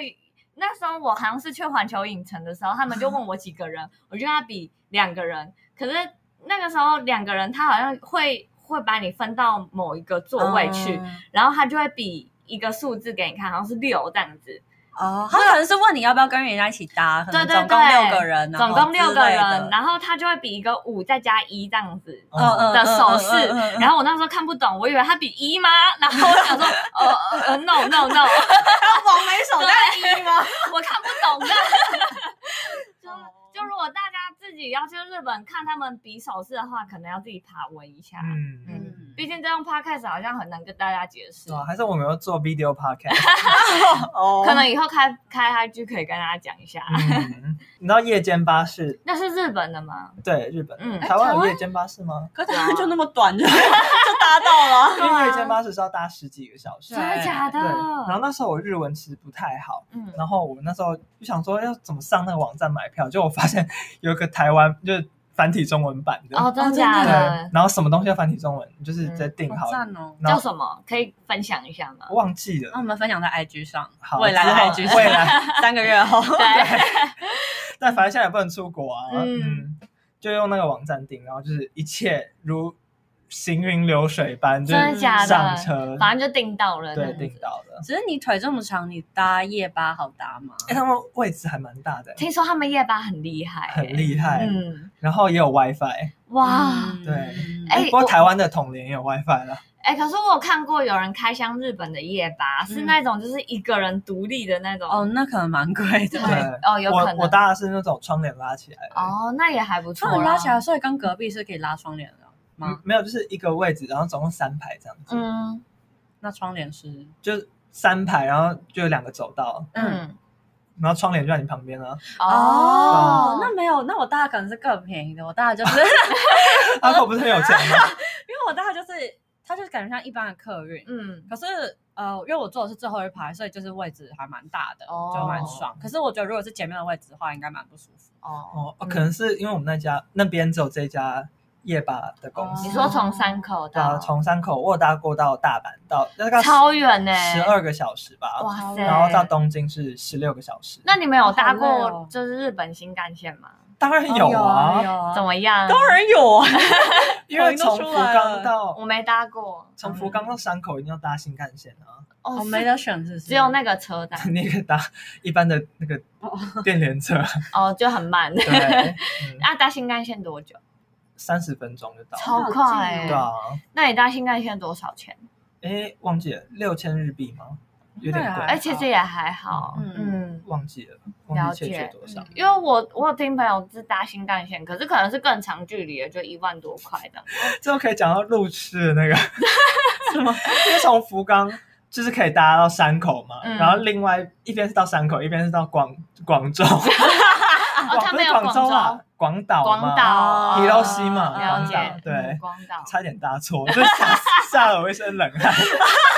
[SPEAKER 4] 那时候我好像是去环球影城的时候，他们就问我几个人，我就跟他比两个人。可是那个时候两个人，他好像会会把你分到某一个座位去，
[SPEAKER 3] 嗯
[SPEAKER 4] 然后他就会比一个数字给你看，好像是六这样子。
[SPEAKER 3] 哦，他可能是问你要不要跟人家一起搭，可
[SPEAKER 4] 对
[SPEAKER 3] 能
[SPEAKER 4] 对
[SPEAKER 3] 总共
[SPEAKER 4] 对
[SPEAKER 3] 六个人，然
[SPEAKER 4] 总
[SPEAKER 3] 后
[SPEAKER 4] 共六
[SPEAKER 3] 之
[SPEAKER 4] 个
[SPEAKER 3] 类的
[SPEAKER 4] 人，然后他就会比一个五再加一这样子
[SPEAKER 2] 嗯
[SPEAKER 3] 嗯
[SPEAKER 4] 的手势
[SPEAKER 3] 嗯嗯嗯嗯嗯。
[SPEAKER 4] 然后我那时候看不懂，我以为他比一吗？然后我想说，呃呃呃，no
[SPEAKER 1] 王
[SPEAKER 4] no no，
[SPEAKER 1] 美手在一吗？
[SPEAKER 4] 我看不懂的。就
[SPEAKER 3] 哦
[SPEAKER 4] 就如果大家自己要去日本看他们比手势的话，可能要自己爬文一下。
[SPEAKER 2] 嗯，
[SPEAKER 3] 嗯
[SPEAKER 4] 毕竟这样 podcast 好像很难跟大家解释
[SPEAKER 2] 对，啊，还是我们要做 video podcast。
[SPEAKER 1] 哦
[SPEAKER 4] 可能以后开开 IG 可以跟大家讲一下。
[SPEAKER 2] 嗯，你知道夜间巴士
[SPEAKER 4] 那是日本的吗？
[SPEAKER 2] 对日本，
[SPEAKER 4] 嗯
[SPEAKER 2] 台湾
[SPEAKER 3] 台
[SPEAKER 2] 有
[SPEAKER 3] 湾
[SPEAKER 2] 夜间巴士吗？
[SPEAKER 3] 可是他就那么短 就就搭到了，
[SPEAKER 4] 啊
[SPEAKER 2] 因为夜间巴士是要搭十几个小时
[SPEAKER 4] 真。的
[SPEAKER 3] 对
[SPEAKER 4] 假的
[SPEAKER 2] 对，？然后那时候我日文其实不太好，
[SPEAKER 4] 嗯，
[SPEAKER 2] 然后我那时候就想说要怎么上那个网站买票，就我发现 有一个台湾就是繁体中文版的，
[SPEAKER 4] 哦，真的嗯假
[SPEAKER 2] 对
[SPEAKER 4] 的，？
[SPEAKER 2] 然后什么东西要繁体中文，你就是直接定好
[SPEAKER 3] 好，赞哦！
[SPEAKER 2] 然
[SPEAKER 4] 叫
[SPEAKER 2] 后
[SPEAKER 4] 什么？可以分享一下 吗？
[SPEAKER 2] 忘记了
[SPEAKER 4] 嗯
[SPEAKER 3] 那我，们分享在 IG 上
[SPEAKER 2] 好，
[SPEAKER 3] 未来的
[SPEAKER 2] 之后
[SPEAKER 3] IG 上
[SPEAKER 2] 未来，
[SPEAKER 3] 三个月后，
[SPEAKER 4] 对，
[SPEAKER 2] 但反正现在也不能出国啊，嗯
[SPEAKER 4] 嗯，
[SPEAKER 2] 就用那个网站订，然后就是一切如行云流水般，就
[SPEAKER 4] 真
[SPEAKER 2] 是
[SPEAKER 4] 的假
[SPEAKER 2] 上
[SPEAKER 4] 的？
[SPEAKER 2] 车，
[SPEAKER 4] 反正就订到了。
[SPEAKER 2] 对，
[SPEAKER 4] 嗯
[SPEAKER 2] 订到了。
[SPEAKER 3] 只是你腿这么长，你搭夜巴好搭吗？
[SPEAKER 2] 哎，他们位置还蛮大的，
[SPEAKER 4] 听说他们夜班很厉害，
[SPEAKER 2] 很厉害，
[SPEAKER 4] 嗯，
[SPEAKER 2] 然后也有 WiFi。
[SPEAKER 4] 哇，
[SPEAKER 3] 嗯
[SPEAKER 2] 对
[SPEAKER 4] 哎
[SPEAKER 2] 不过
[SPEAKER 4] 我
[SPEAKER 2] 台湾的统联也有 WiFi 啦，
[SPEAKER 4] 哎，可是我有看过有人开箱日本的夜
[SPEAKER 2] 嗯
[SPEAKER 4] 吧，是那种就是一个人独立的那种。
[SPEAKER 3] 哦，那可能蛮贵的。
[SPEAKER 2] 对
[SPEAKER 4] 哦，有可
[SPEAKER 2] 我
[SPEAKER 4] 能。
[SPEAKER 2] 我搭的是那种窗帘拉起来的，
[SPEAKER 4] 哦，那也还不错
[SPEAKER 3] 窗
[SPEAKER 4] 啦。
[SPEAKER 3] 帘拉起来，所以跟隔壁是可以拉窗帘的哦
[SPEAKER 2] 嗯
[SPEAKER 3] 吗？
[SPEAKER 2] 没有，就是一个位置，然后总共三排这样子，
[SPEAKER 4] 嗯
[SPEAKER 3] 那窗帘是
[SPEAKER 2] 就是三排，然后就有两个走道，
[SPEAKER 4] 嗯，
[SPEAKER 2] 然后窗帘就在你旁边啊，
[SPEAKER 4] 哦，
[SPEAKER 3] 哦那没有，那我搭的可能是更便宜的，我搭的就是
[SPEAKER 2] 阿扣不是很有钱吗？
[SPEAKER 3] 因为我搭的就是它就是感觉像一般的客运，
[SPEAKER 4] 嗯
[SPEAKER 3] 可是呃，因为我坐的是最后一排，所以就是位置还蛮大的，
[SPEAKER 4] 哦
[SPEAKER 3] 就蛮爽。可是我觉得如果是前面的位置的话，应该蛮不舒服。
[SPEAKER 4] 哦，
[SPEAKER 2] 哦，哦可能是因为我们那家那边只有这家夜吧的公司，
[SPEAKER 4] 哦你说从山口
[SPEAKER 2] 对啊，
[SPEAKER 4] 到
[SPEAKER 2] 从山口我有搭过到大阪，到大概
[SPEAKER 4] 超远呢，
[SPEAKER 2] 十二个小时吧，
[SPEAKER 4] 哇塞，
[SPEAKER 2] 然后到东京是十六个小时，
[SPEAKER 4] 那你们有搭
[SPEAKER 3] 好累
[SPEAKER 4] 过
[SPEAKER 3] 哦
[SPEAKER 4] 就是日本新干线吗？
[SPEAKER 2] 当然
[SPEAKER 4] 哦
[SPEAKER 2] 有啊，
[SPEAKER 4] 怎
[SPEAKER 3] 啊，
[SPEAKER 4] 么样？
[SPEAKER 3] 当然有啊，
[SPEAKER 2] 因为从
[SPEAKER 3] 口音都
[SPEAKER 2] 福
[SPEAKER 3] 出来
[SPEAKER 2] 冈
[SPEAKER 3] 了嗯
[SPEAKER 2] 到
[SPEAKER 4] 我没搭过，嗯
[SPEAKER 2] 从福冈到山口一定要搭新干线啊，
[SPEAKER 4] 哦
[SPEAKER 3] 我没
[SPEAKER 4] 是
[SPEAKER 3] 得选，是不是
[SPEAKER 4] 只有那个车 站
[SPEAKER 2] 你可以搭一般的那个 电联车，
[SPEAKER 4] 哦，就很慢。
[SPEAKER 2] 对， 嗯
[SPEAKER 4] 那搭新干线多久？
[SPEAKER 3] 哦
[SPEAKER 2] 三十分钟就到了，
[SPEAKER 4] 超快欸
[SPEAKER 2] 对啊，
[SPEAKER 4] 那你搭新干线多少钱？
[SPEAKER 2] 哎，忘记了六千日币吗？有点
[SPEAKER 3] 那
[SPEAKER 2] 贵，
[SPEAKER 3] 还
[SPEAKER 4] 哎，其实也还好，
[SPEAKER 3] 嗯
[SPEAKER 4] 嗯。
[SPEAKER 2] 忘记了，忘
[SPEAKER 4] 了
[SPEAKER 2] 记确切
[SPEAKER 4] 解
[SPEAKER 2] 多少。
[SPEAKER 4] 因为我我有听朋友是搭新干线，可是可能是更长距离的，就一万多块 的。
[SPEAKER 2] 最后可以讲到路痴的那个， 什么？因为从福冈就是可以搭到山口嘛，
[SPEAKER 4] 嗯
[SPEAKER 2] 然后另外一边是到山口，一边是到广广 州，
[SPEAKER 4] 哦，他
[SPEAKER 2] 不
[SPEAKER 4] 没
[SPEAKER 2] 是
[SPEAKER 4] 有
[SPEAKER 2] 广
[SPEAKER 4] 广
[SPEAKER 2] 州
[SPEAKER 4] 州，
[SPEAKER 2] 啊，广岛嘛，
[SPEAKER 4] 广岛
[SPEAKER 2] 提到西嘛，
[SPEAKER 3] 啊
[SPEAKER 4] 哦了
[SPEAKER 2] 广
[SPEAKER 4] 解
[SPEAKER 2] 岛，对
[SPEAKER 4] 嗯。广岛
[SPEAKER 2] 差点搭错，就吓 吓了我一身冷汗。
[SPEAKER 3] 哎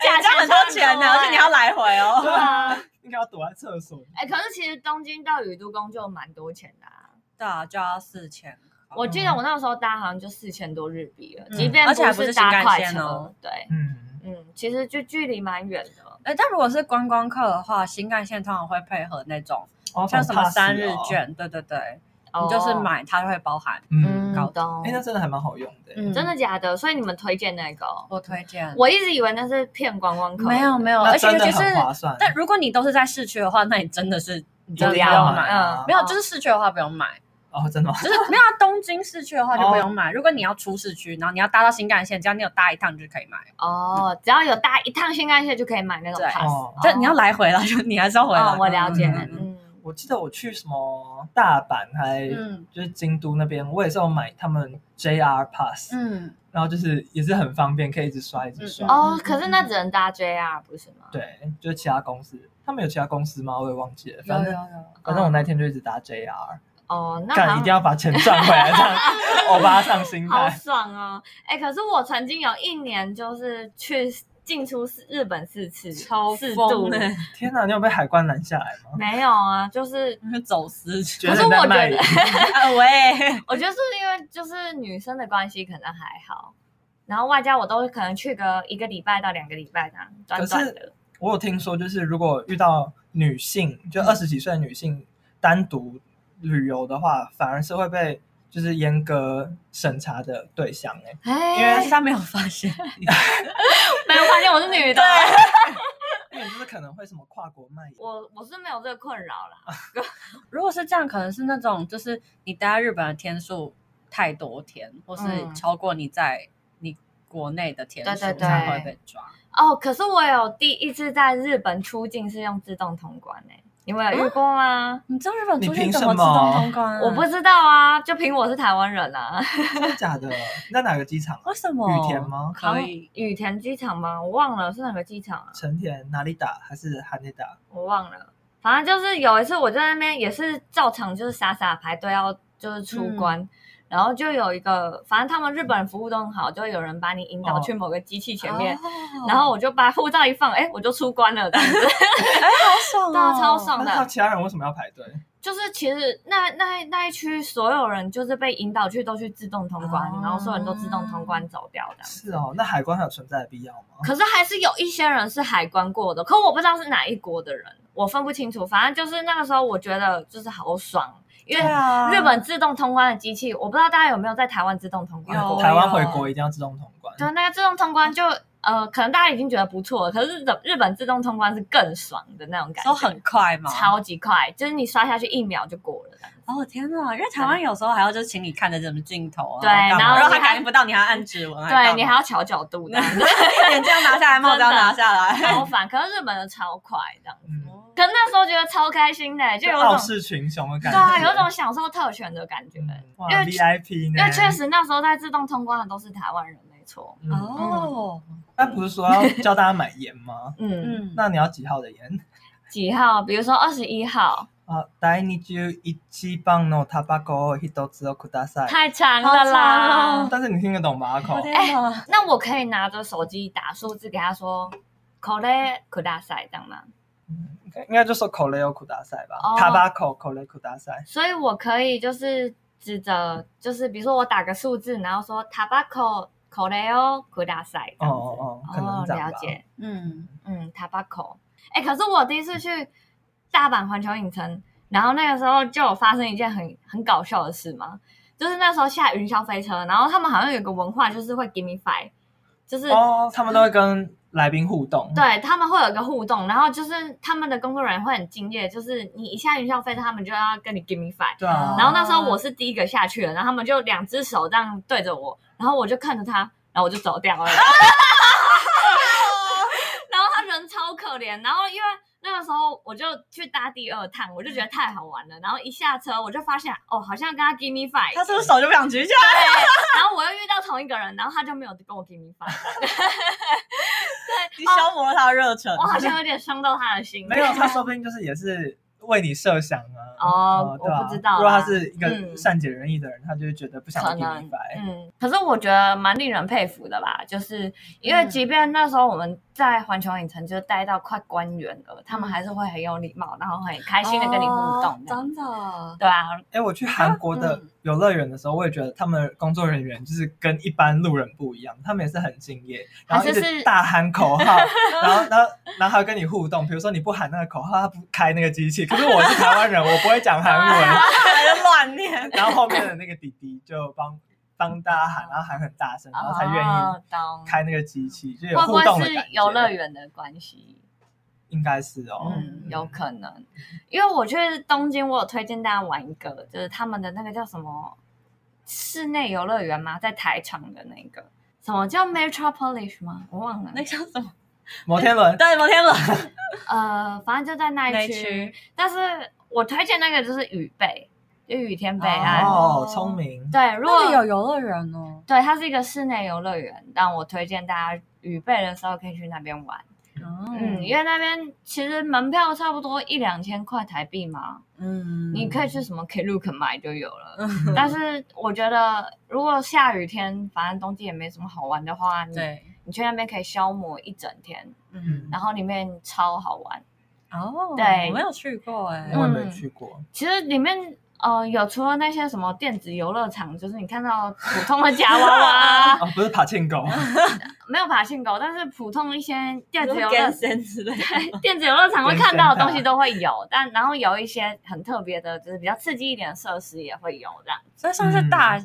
[SPEAKER 3] 这样很多钱
[SPEAKER 4] 价钱差不
[SPEAKER 3] 呢，
[SPEAKER 4] 多欸
[SPEAKER 3] 而且你要来回
[SPEAKER 2] 对
[SPEAKER 3] 哦。
[SPEAKER 2] 啊，应该要躲在厕所。
[SPEAKER 4] 哎，可是其实东京到宇都宫就蛮多钱的啊。
[SPEAKER 3] 对啊，就要四千。
[SPEAKER 2] 哦
[SPEAKER 4] 我记得我那时候搭好像就四千多日币了，
[SPEAKER 3] 嗯
[SPEAKER 4] 即便
[SPEAKER 3] 而且还不
[SPEAKER 4] 是
[SPEAKER 3] 是
[SPEAKER 4] 搭
[SPEAKER 3] 新干
[SPEAKER 4] 快
[SPEAKER 3] 线
[SPEAKER 4] 车，
[SPEAKER 3] 哦
[SPEAKER 4] 对，
[SPEAKER 2] 嗯，
[SPEAKER 4] 嗯，其实就距离蛮远的。
[SPEAKER 3] 哎，但如果是观光客的话，新干线通常会配合那种
[SPEAKER 2] 哦
[SPEAKER 3] 像什么
[SPEAKER 2] 好 pass
[SPEAKER 3] 三日
[SPEAKER 2] 哦
[SPEAKER 3] 券，对对对，你
[SPEAKER 4] 哦
[SPEAKER 3] 就是买它就会包含。
[SPEAKER 2] 嗯，
[SPEAKER 4] 嗯，
[SPEAKER 3] 高
[SPEAKER 4] 懂
[SPEAKER 2] 哎、，那真的还蛮好用的、
[SPEAKER 3] 嗯，
[SPEAKER 4] 真的假的？所以你们推荐那个哦，
[SPEAKER 3] 我推荐。
[SPEAKER 4] 我一直以为那是骗观光客，
[SPEAKER 3] 没有没有，
[SPEAKER 2] 那
[SPEAKER 3] 而且
[SPEAKER 2] 真
[SPEAKER 3] 尤
[SPEAKER 2] 的
[SPEAKER 3] 其是
[SPEAKER 2] 很划算。
[SPEAKER 3] 但如果你都是在市区的话，那你真的是你真
[SPEAKER 4] 不
[SPEAKER 3] 的不
[SPEAKER 4] 要
[SPEAKER 3] 用
[SPEAKER 4] 买哦
[SPEAKER 3] 买。
[SPEAKER 2] 啊
[SPEAKER 3] 没有，就是市区的话不用买，
[SPEAKER 2] 哦，真的吗？
[SPEAKER 3] 就是没有啊东京市区的话就不用买。如果你要出市区，然后你要搭到新干线，只要你有搭一趟就可以买。
[SPEAKER 4] 哦，只要有搭一趟新干线就可以买那种
[SPEAKER 3] 对
[SPEAKER 4] pass，
[SPEAKER 2] 哦，
[SPEAKER 3] 但你要啊来回了，就你还是要回来
[SPEAKER 4] 哦，。我了解，
[SPEAKER 2] 嗯嗯
[SPEAKER 4] 嗯，
[SPEAKER 2] 我记得我去什么大阪还
[SPEAKER 3] 嗯
[SPEAKER 2] 就是京都那边，我也是有买他们 JR Pass，、
[SPEAKER 3] 嗯，
[SPEAKER 2] 然后就是也是很方便，可以一直刷一直刷。
[SPEAKER 3] 嗯
[SPEAKER 4] 哦，可是那只能搭 JR 不是吗？
[SPEAKER 2] 对，就是其他公司，他们有其他公司吗？我也忘记了。
[SPEAKER 3] 有
[SPEAKER 2] 反
[SPEAKER 3] 有
[SPEAKER 2] 正
[SPEAKER 3] 有。
[SPEAKER 2] 反正我那天就一直打 JR，
[SPEAKER 4] 哦，嗯那
[SPEAKER 2] 干、
[SPEAKER 4] 好
[SPEAKER 2] 一定要把钱赚回来，这 样欧巴上心
[SPEAKER 4] 好
[SPEAKER 2] 态。
[SPEAKER 4] 爽哦！哎、可是我曾经有一年就是去进出日本四次，
[SPEAKER 3] 超
[SPEAKER 4] 四度
[SPEAKER 3] 疯的，
[SPEAKER 2] 天哪，你有被海关拦下来吗？
[SPEAKER 4] 没有啊，就是
[SPEAKER 3] 走私
[SPEAKER 2] 觉得
[SPEAKER 4] 可是
[SPEAKER 2] 你在
[SPEAKER 4] 我
[SPEAKER 2] 卖
[SPEAKER 4] 觉
[SPEAKER 2] 淫
[SPEAKER 4] 得，
[SPEAKER 3] 啊 喂，
[SPEAKER 4] 我觉得是因为就是女生的关系可能还好，然后外加我都可能去个一个礼拜到两个礼拜这样，短短的。
[SPEAKER 2] 我有听说，就是如果遇到女性，就
[SPEAKER 4] 嗯
[SPEAKER 2] 二十几岁的女性单独旅游的话，反而是会被就是严格审查的对象哎、
[SPEAKER 4] 哎，
[SPEAKER 3] 但是他没有发现，
[SPEAKER 4] 没有发现我是女的，
[SPEAKER 2] 因为就是可能会什么跨国卖淫，
[SPEAKER 4] 我我是没有这个困扰啦。
[SPEAKER 3] 如果是这样，可能是那种就是你待在日本的天数太多天，或是
[SPEAKER 4] 嗯
[SPEAKER 3] 超过你在你国内的天
[SPEAKER 4] 对
[SPEAKER 3] 数
[SPEAKER 4] 对对
[SPEAKER 3] 才会被抓。
[SPEAKER 4] 哦，可是我有第一次在日本出境是用自动通关诶、你们有遇过吗？
[SPEAKER 3] 你知道日本出
[SPEAKER 2] 你
[SPEAKER 3] 去
[SPEAKER 2] 凭
[SPEAKER 3] 怎
[SPEAKER 2] 什么
[SPEAKER 3] 么自动通关啊？
[SPEAKER 4] 我不知道啊，就凭我是台湾人啊。
[SPEAKER 2] 真的假的？你在哪个机场啊？
[SPEAKER 3] 为什
[SPEAKER 4] 哦
[SPEAKER 3] 么
[SPEAKER 2] 羽田吗
[SPEAKER 3] 可以，
[SPEAKER 4] 羽田机场吗？我忘了是哪个机场啊，
[SPEAKER 2] 成田哪里打还是韩内打？
[SPEAKER 4] 我忘了。反正就是有一次我就在那边也是照常就是傻傻排队要就是出
[SPEAKER 3] 嗯
[SPEAKER 4] 关，然后就有一个，反正他们日本服务都很好，就有人把你引导
[SPEAKER 2] 哦
[SPEAKER 4] 去某个机器前面，
[SPEAKER 3] 哦
[SPEAKER 4] 然 后我就把护照一放，哎，我就出关了这样子，
[SPEAKER 3] 哎，好爽
[SPEAKER 4] 对啊
[SPEAKER 3] 哦，
[SPEAKER 4] 超爽
[SPEAKER 2] 那
[SPEAKER 4] 的。
[SPEAKER 2] 其他人为什么要排队？
[SPEAKER 4] 就是其实那那那一区所有人就是被引导去都去自动通关，
[SPEAKER 3] 哦
[SPEAKER 4] 然后所有人都自动通关走掉这样。
[SPEAKER 2] 是哦，那海关还有存在的必要吗？
[SPEAKER 4] 可是还是有一些人是海关过的，可我不知道是哪一国的人，我分不清楚。反正就是那个时候，我觉得就是好爽，因为
[SPEAKER 3] 啊
[SPEAKER 4] 日本自动通关的机器，我不知道大家有没有在台湾自动通关
[SPEAKER 3] 有
[SPEAKER 4] 过。
[SPEAKER 2] 台湾回国一定要自动通关。
[SPEAKER 4] 对，啊那个自动通关就呃，可能大家已经觉得不错了，可是日日本自动通关是更爽的那种感觉，
[SPEAKER 3] 都很快嘛。
[SPEAKER 4] 超级快，就是你刷下去一秒就过了。
[SPEAKER 3] 哦天哪！因为台湾有时候还要就是请你看着什么镜头啊，
[SPEAKER 4] 对
[SPEAKER 3] 干嘛
[SPEAKER 4] 然后
[SPEAKER 3] 然后
[SPEAKER 4] 你
[SPEAKER 3] 还
[SPEAKER 4] 还
[SPEAKER 3] 感应不到，你还要按指纹，
[SPEAKER 4] 对你还
[SPEAKER 3] 要
[SPEAKER 4] 要调角度这样子，
[SPEAKER 3] 眼镜要 拿下来，帽子要拿下来。
[SPEAKER 4] 超烦。可是日本的超快这样子，
[SPEAKER 2] 嗯，
[SPEAKER 4] 可是那时候觉得超开心的，就有
[SPEAKER 2] 傲
[SPEAKER 4] 种
[SPEAKER 2] 视群雄的感
[SPEAKER 4] 对
[SPEAKER 2] 觉。
[SPEAKER 4] 啊，有一种享受特权的感觉。
[SPEAKER 2] 嗯哇
[SPEAKER 4] 因为
[SPEAKER 2] ，VIP 呢？
[SPEAKER 4] 因为确，实那时候在自动通关的都是台湾人，没错。？
[SPEAKER 2] 嗯，
[SPEAKER 3] 哦，
[SPEAKER 2] 那不是说要教大家买盐吗
[SPEAKER 4] 嗯，
[SPEAKER 3] 嗯，
[SPEAKER 2] 那你要几号的盐？
[SPEAKER 4] 几号？比如说二十一号，
[SPEAKER 2] 啊，第二十一番のタバコを一つをください。
[SPEAKER 4] 太长了
[SPEAKER 3] 好
[SPEAKER 4] 啦
[SPEAKER 3] 长。
[SPEAKER 2] 但是你听得懂吧，阿口
[SPEAKER 3] 我？哦天哪！
[SPEAKER 4] 那我可以拿着手机打数字给他说 c o l e k u d a s 这样吗？
[SPEAKER 2] 嗯应该应该就说口雷をください吧
[SPEAKER 4] 哦。
[SPEAKER 2] タバコ口雷ください。
[SPEAKER 4] 所以我可以就是指着，就是比如说我打个数字，然后说 tabaco c o l e o k u d a s
[SPEAKER 2] 哦哦哦，可
[SPEAKER 4] 哦，
[SPEAKER 2] 能是这样
[SPEAKER 4] 了
[SPEAKER 2] 吧。
[SPEAKER 4] 解。
[SPEAKER 3] 嗯，
[SPEAKER 4] 嗯，tabaco。哎，可是我第一次去大阪环球影城，然后那个时候就有发生一件很很搞笑的事嘛，就是那时候下云霄飞车，然后他们好像有个文化就是会 give me five，就是、
[SPEAKER 2] 哦，他们都会跟来宾互动。
[SPEAKER 4] 对他们会有一个互动，然后就是他们的工作人员会很敬业，就是你一下云霄飞车，他们就要跟你 give me five。
[SPEAKER 2] 对啊，
[SPEAKER 4] 然后那时候我是第一个下去的，然后他们就两只手这样对着我，然后我就看着他，然后我就走掉了。 然后他人超可怜，然后因为那个时候我就去搭第二趟，我就觉得太好玩了。然后一下车我就发现，哦，好像跟他 give me five，
[SPEAKER 3] 他是不是手就不想举起来？
[SPEAKER 4] 然后我又遇到同一个人，然后他就没有跟我 give me five，
[SPEAKER 3] 你消磨了他的热忱。
[SPEAKER 4] 我好像有点伤到他的心。
[SPEAKER 2] 没有，他说不定就是也是为你设想啊。
[SPEAKER 4] 哦
[SPEAKER 2] 呃对啊
[SPEAKER 4] 我不知道啦
[SPEAKER 2] 如果他是一个
[SPEAKER 4] 嗯
[SPEAKER 2] 善解人意的人，他就会觉得不想
[SPEAKER 4] 可
[SPEAKER 2] 听
[SPEAKER 4] 能
[SPEAKER 2] 明白。
[SPEAKER 4] 嗯，可是我觉得蛮令人佩服的啦，就是因为
[SPEAKER 3] 嗯
[SPEAKER 4] 即便那时候我们在环球影城就是待到快关园了，他们还是会很有礼貌，然后很开心的跟你互
[SPEAKER 3] 哦
[SPEAKER 4] 动这样。
[SPEAKER 3] 真的。
[SPEAKER 4] 对啊，
[SPEAKER 2] 哎，我去韩国的
[SPEAKER 4] 嗯
[SPEAKER 2] 游乐园的时候，我也觉得他们工作人员就是跟一般路人不一样，他们也是很敬业，然后一
[SPEAKER 4] 还是
[SPEAKER 2] 直
[SPEAKER 4] 是
[SPEAKER 2] 大喊口 号，然后然后然后还要跟你互动。比如说你不喊那个口号，他不开那个机器。可是我是台湾人，我不会讲韩文，
[SPEAKER 4] 啊
[SPEAKER 1] 还乱念，
[SPEAKER 2] 然后后面的那个弟弟就帮帮大家喊，然后喊很大声，然后才愿意
[SPEAKER 4] 哦懂
[SPEAKER 2] 开那个机器，就有
[SPEAKER 4] 会不
[SPEAKER 2] 互动
[SPEAKER 4] 会
[SPEAKER 2] 的感
[SPEAKER 4] 是
[SPEAKER 2] 觉。
[SPEAKER 4] 游乐园的关系？
[SPEAKER 2] 应该是哦，
[SPEAKER 4] 嗯，有可能，因为我去东京，我有推荐大家玩一个，就是他们的那个叫什么室内游乐园吗？在台场的那个，什么叫 Metropolis 吗？我忘了。
[SPEAKER 3] 那叫什么？
[SPEAKER 2] 摩天轮
[SPEAKER 3] 对，摩天轮。
[SPEAKER 4] 呃，反正就在那
[SPEAKER 3] 那
[SPEAKER 4] 一
[SPEAKER 3] 一
[SPEAKER 4] 区
[SPEAKER 3] 区。
[SPEAKER 4] 但是我推荐那个就是雨备，就雨天备案。
[SPEAKER 2] 哦，聪明。
[SPEAKER 4] 对，如果
[SPEAKER 3] 那里有游乐园哦。
[SPEAKER 4] 对，它是一个室内游乐园，但我推荐大家雨备的时候可以去那边玩。
[SPEAKER 3] 哦
[SPEAKER 4] 嗯，因为那边其实门票差不多一两千块台币嘛，
[SPEAKER 3] 嗯
[SPEAKER 4] 你可以去什么 Klook 买就有了。但是我觉得，如果下雨天，反正冬季也没什么好玩的话，你
[SPEAKER 3] 嗯对，
[SPEAKER 4] 你去那边可以消磨一整天，
[SPEAKER 2] 嗯
[SPEAKER 4] 然后里面超好玩。
[SPEAKER 3] 哦，
[SPEAKER 4] 对
[SPEAKER 3] 我没有去过哎、
[SPEAKER 2] 我也
[SPEAKER 4] 嗯
[SPEAKER 2] 没去过，
[SPEAKER 4] 其实里面呃有除了那些什么电子游乐场，就是你看到普通的夹娃 娃，
[SPEAKER 2] 哦，不是爬庆 狗，
[SPEAKER 4] 没有爬行狗，但是普通一些电子游乐
[SPEAKER 1] 跟先之类的，
[SPEAKER 4] 电子游乐场会看到的东西
[SPEAKER 2] Genshin
[SPEAKER 4] 都会有，但然后有一些很特别的，就是比较刺激一点的设施也会有，这样
[SPEAKER 3] 所以算是大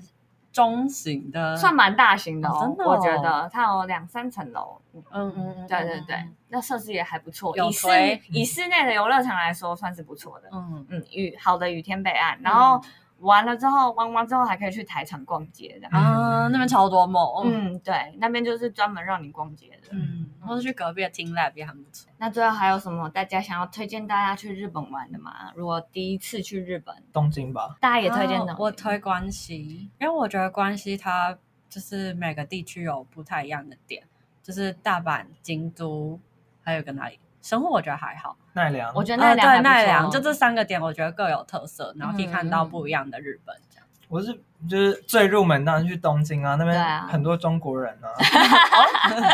[SPEAKER 3] 中型的，
[SPEAKER 4] 算蛮大型的
[SPEAKER 3] 嗯哦
[SPEAKER 4] 哦
[SPEAKER 3] 真。的
[SPEAKER 4] 我
[SPEAKER 3] 哦
[SPEAKER 4] 觉得它有两三层楼，
[SPEAKER 3] 嗯嗯嗯，
[SPEAKER 4] 对对对，那设施也还不错。
[SPEAKER 3] 有
[SPEAKER 4] 以室
[SPEAKER 3] 推
[SPEAKER 4] 以室内的游乐场来说，算是不错的。
[SPEAKER 3] 嗯，
[SPEAKER 4] 嗯，雨好的雨天北岸，然后玩了之后，玩完之后还可以去台场逛街这样。
[SPEAKER 3] 啊，那边超多梦，
[SPEAKER 4] 嗯，对，那边就是专门让你逛街的。
[SPEAKER 3] 嗯，或者去隔壁的 Team Lab 也很不错。
[SPEAKER 4] 那最后还有什么大家想要推荐大家去日本玩的吗？如果第一次去日本，
[SPEAKER 2] 东京吧。
[SPEAKER 4] 大家也推荐的、
[SPEAKER 3] 啊我推关西，因为我觉得关西它就是每个地区有不太一样的点，就是大阪、京都，还有个哪里？神户我觉得还好，
[SPEAKER 2] 奈良，
[SPEAKER 4] 我觉得
[SPEAKER 3] 呃
[SPEAKER 4] 奈良、
[SPEAKER 3] 对奈
[SPEAKER 4] 哦
[SPEAKER 3] 良，就这三个点我觉得各有特色，然后可以看到
[SPEAKER 4] 嗯嗯
[SPEAKER 3] 不一样的日本这样。
[SPEAKER 2] 我是就是最入门，当然去东京啊，那
[SPEAKER 4] 对
[SPEAKER 2] 边
[SPEAKER 4] 啊
[SPEAKER 2] 很多中 国人啊，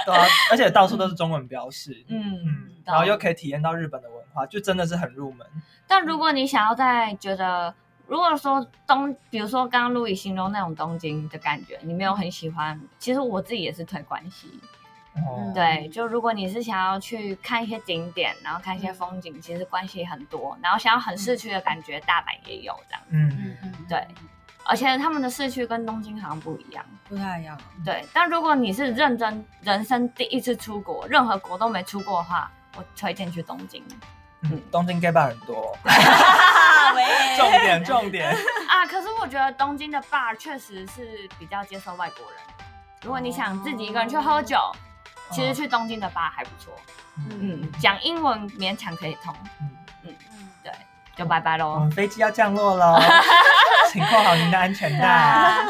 [SPEAKER 2] 对啊，而且到处都是中文标识，
[SPEAKER 4] 嗯
[SPEAKER 2] 嗯，，然后又可以体验到日本的文化，就真的是很入门。
[SPEAKER 4] 但如果你想要在觉得，如果说东，比如说刚刚路易形容那种东京的感觉，你没有很喜欢，其实我自己也是推关西。嗯
[SPEAKER 2] 哦，
[SPEAKER 3] 嗯
[SPEAKER 4] 对，就如果你是想要去看一些景点，然后看一
[SPEAKER 3] 嗯
[SPEAKER 4] 些风景，其实关系很多，然后想要很市区的感觉，大阪也有这样。
[SPEAKER 2] 嗯，
[SPEAKER 3] 嗯，
[SPEAKER 4] 对，而且他们的市区跟东京好像不一样。
[SPEAKER 3] 不太一样。
[SPEAKER 4] 对，但如果你是认真人生第一次出国，任何国都没出过的话，我推荐去东京
[SPEAKER 2] 嗯，东京 gay bar 很多，
[SPEAKER 1] 喂
[SPEAKER 2] 重点重点，
[SPEAKER 4] 啊。可是我觉得东京的 bar 确实是比较接受外国人。如果你想自己一个人去喝酒，其实去东京的 bar 还不错。 嗯，讲英文勉强可以通，对，就拜拜
[SPEAKER 2] 嗯我
[SPEAKER 4] 喽。
[SPEAKER 2] 们飞机要降落喽，请扣好您的安全带。
[SPEAKER 4] 啊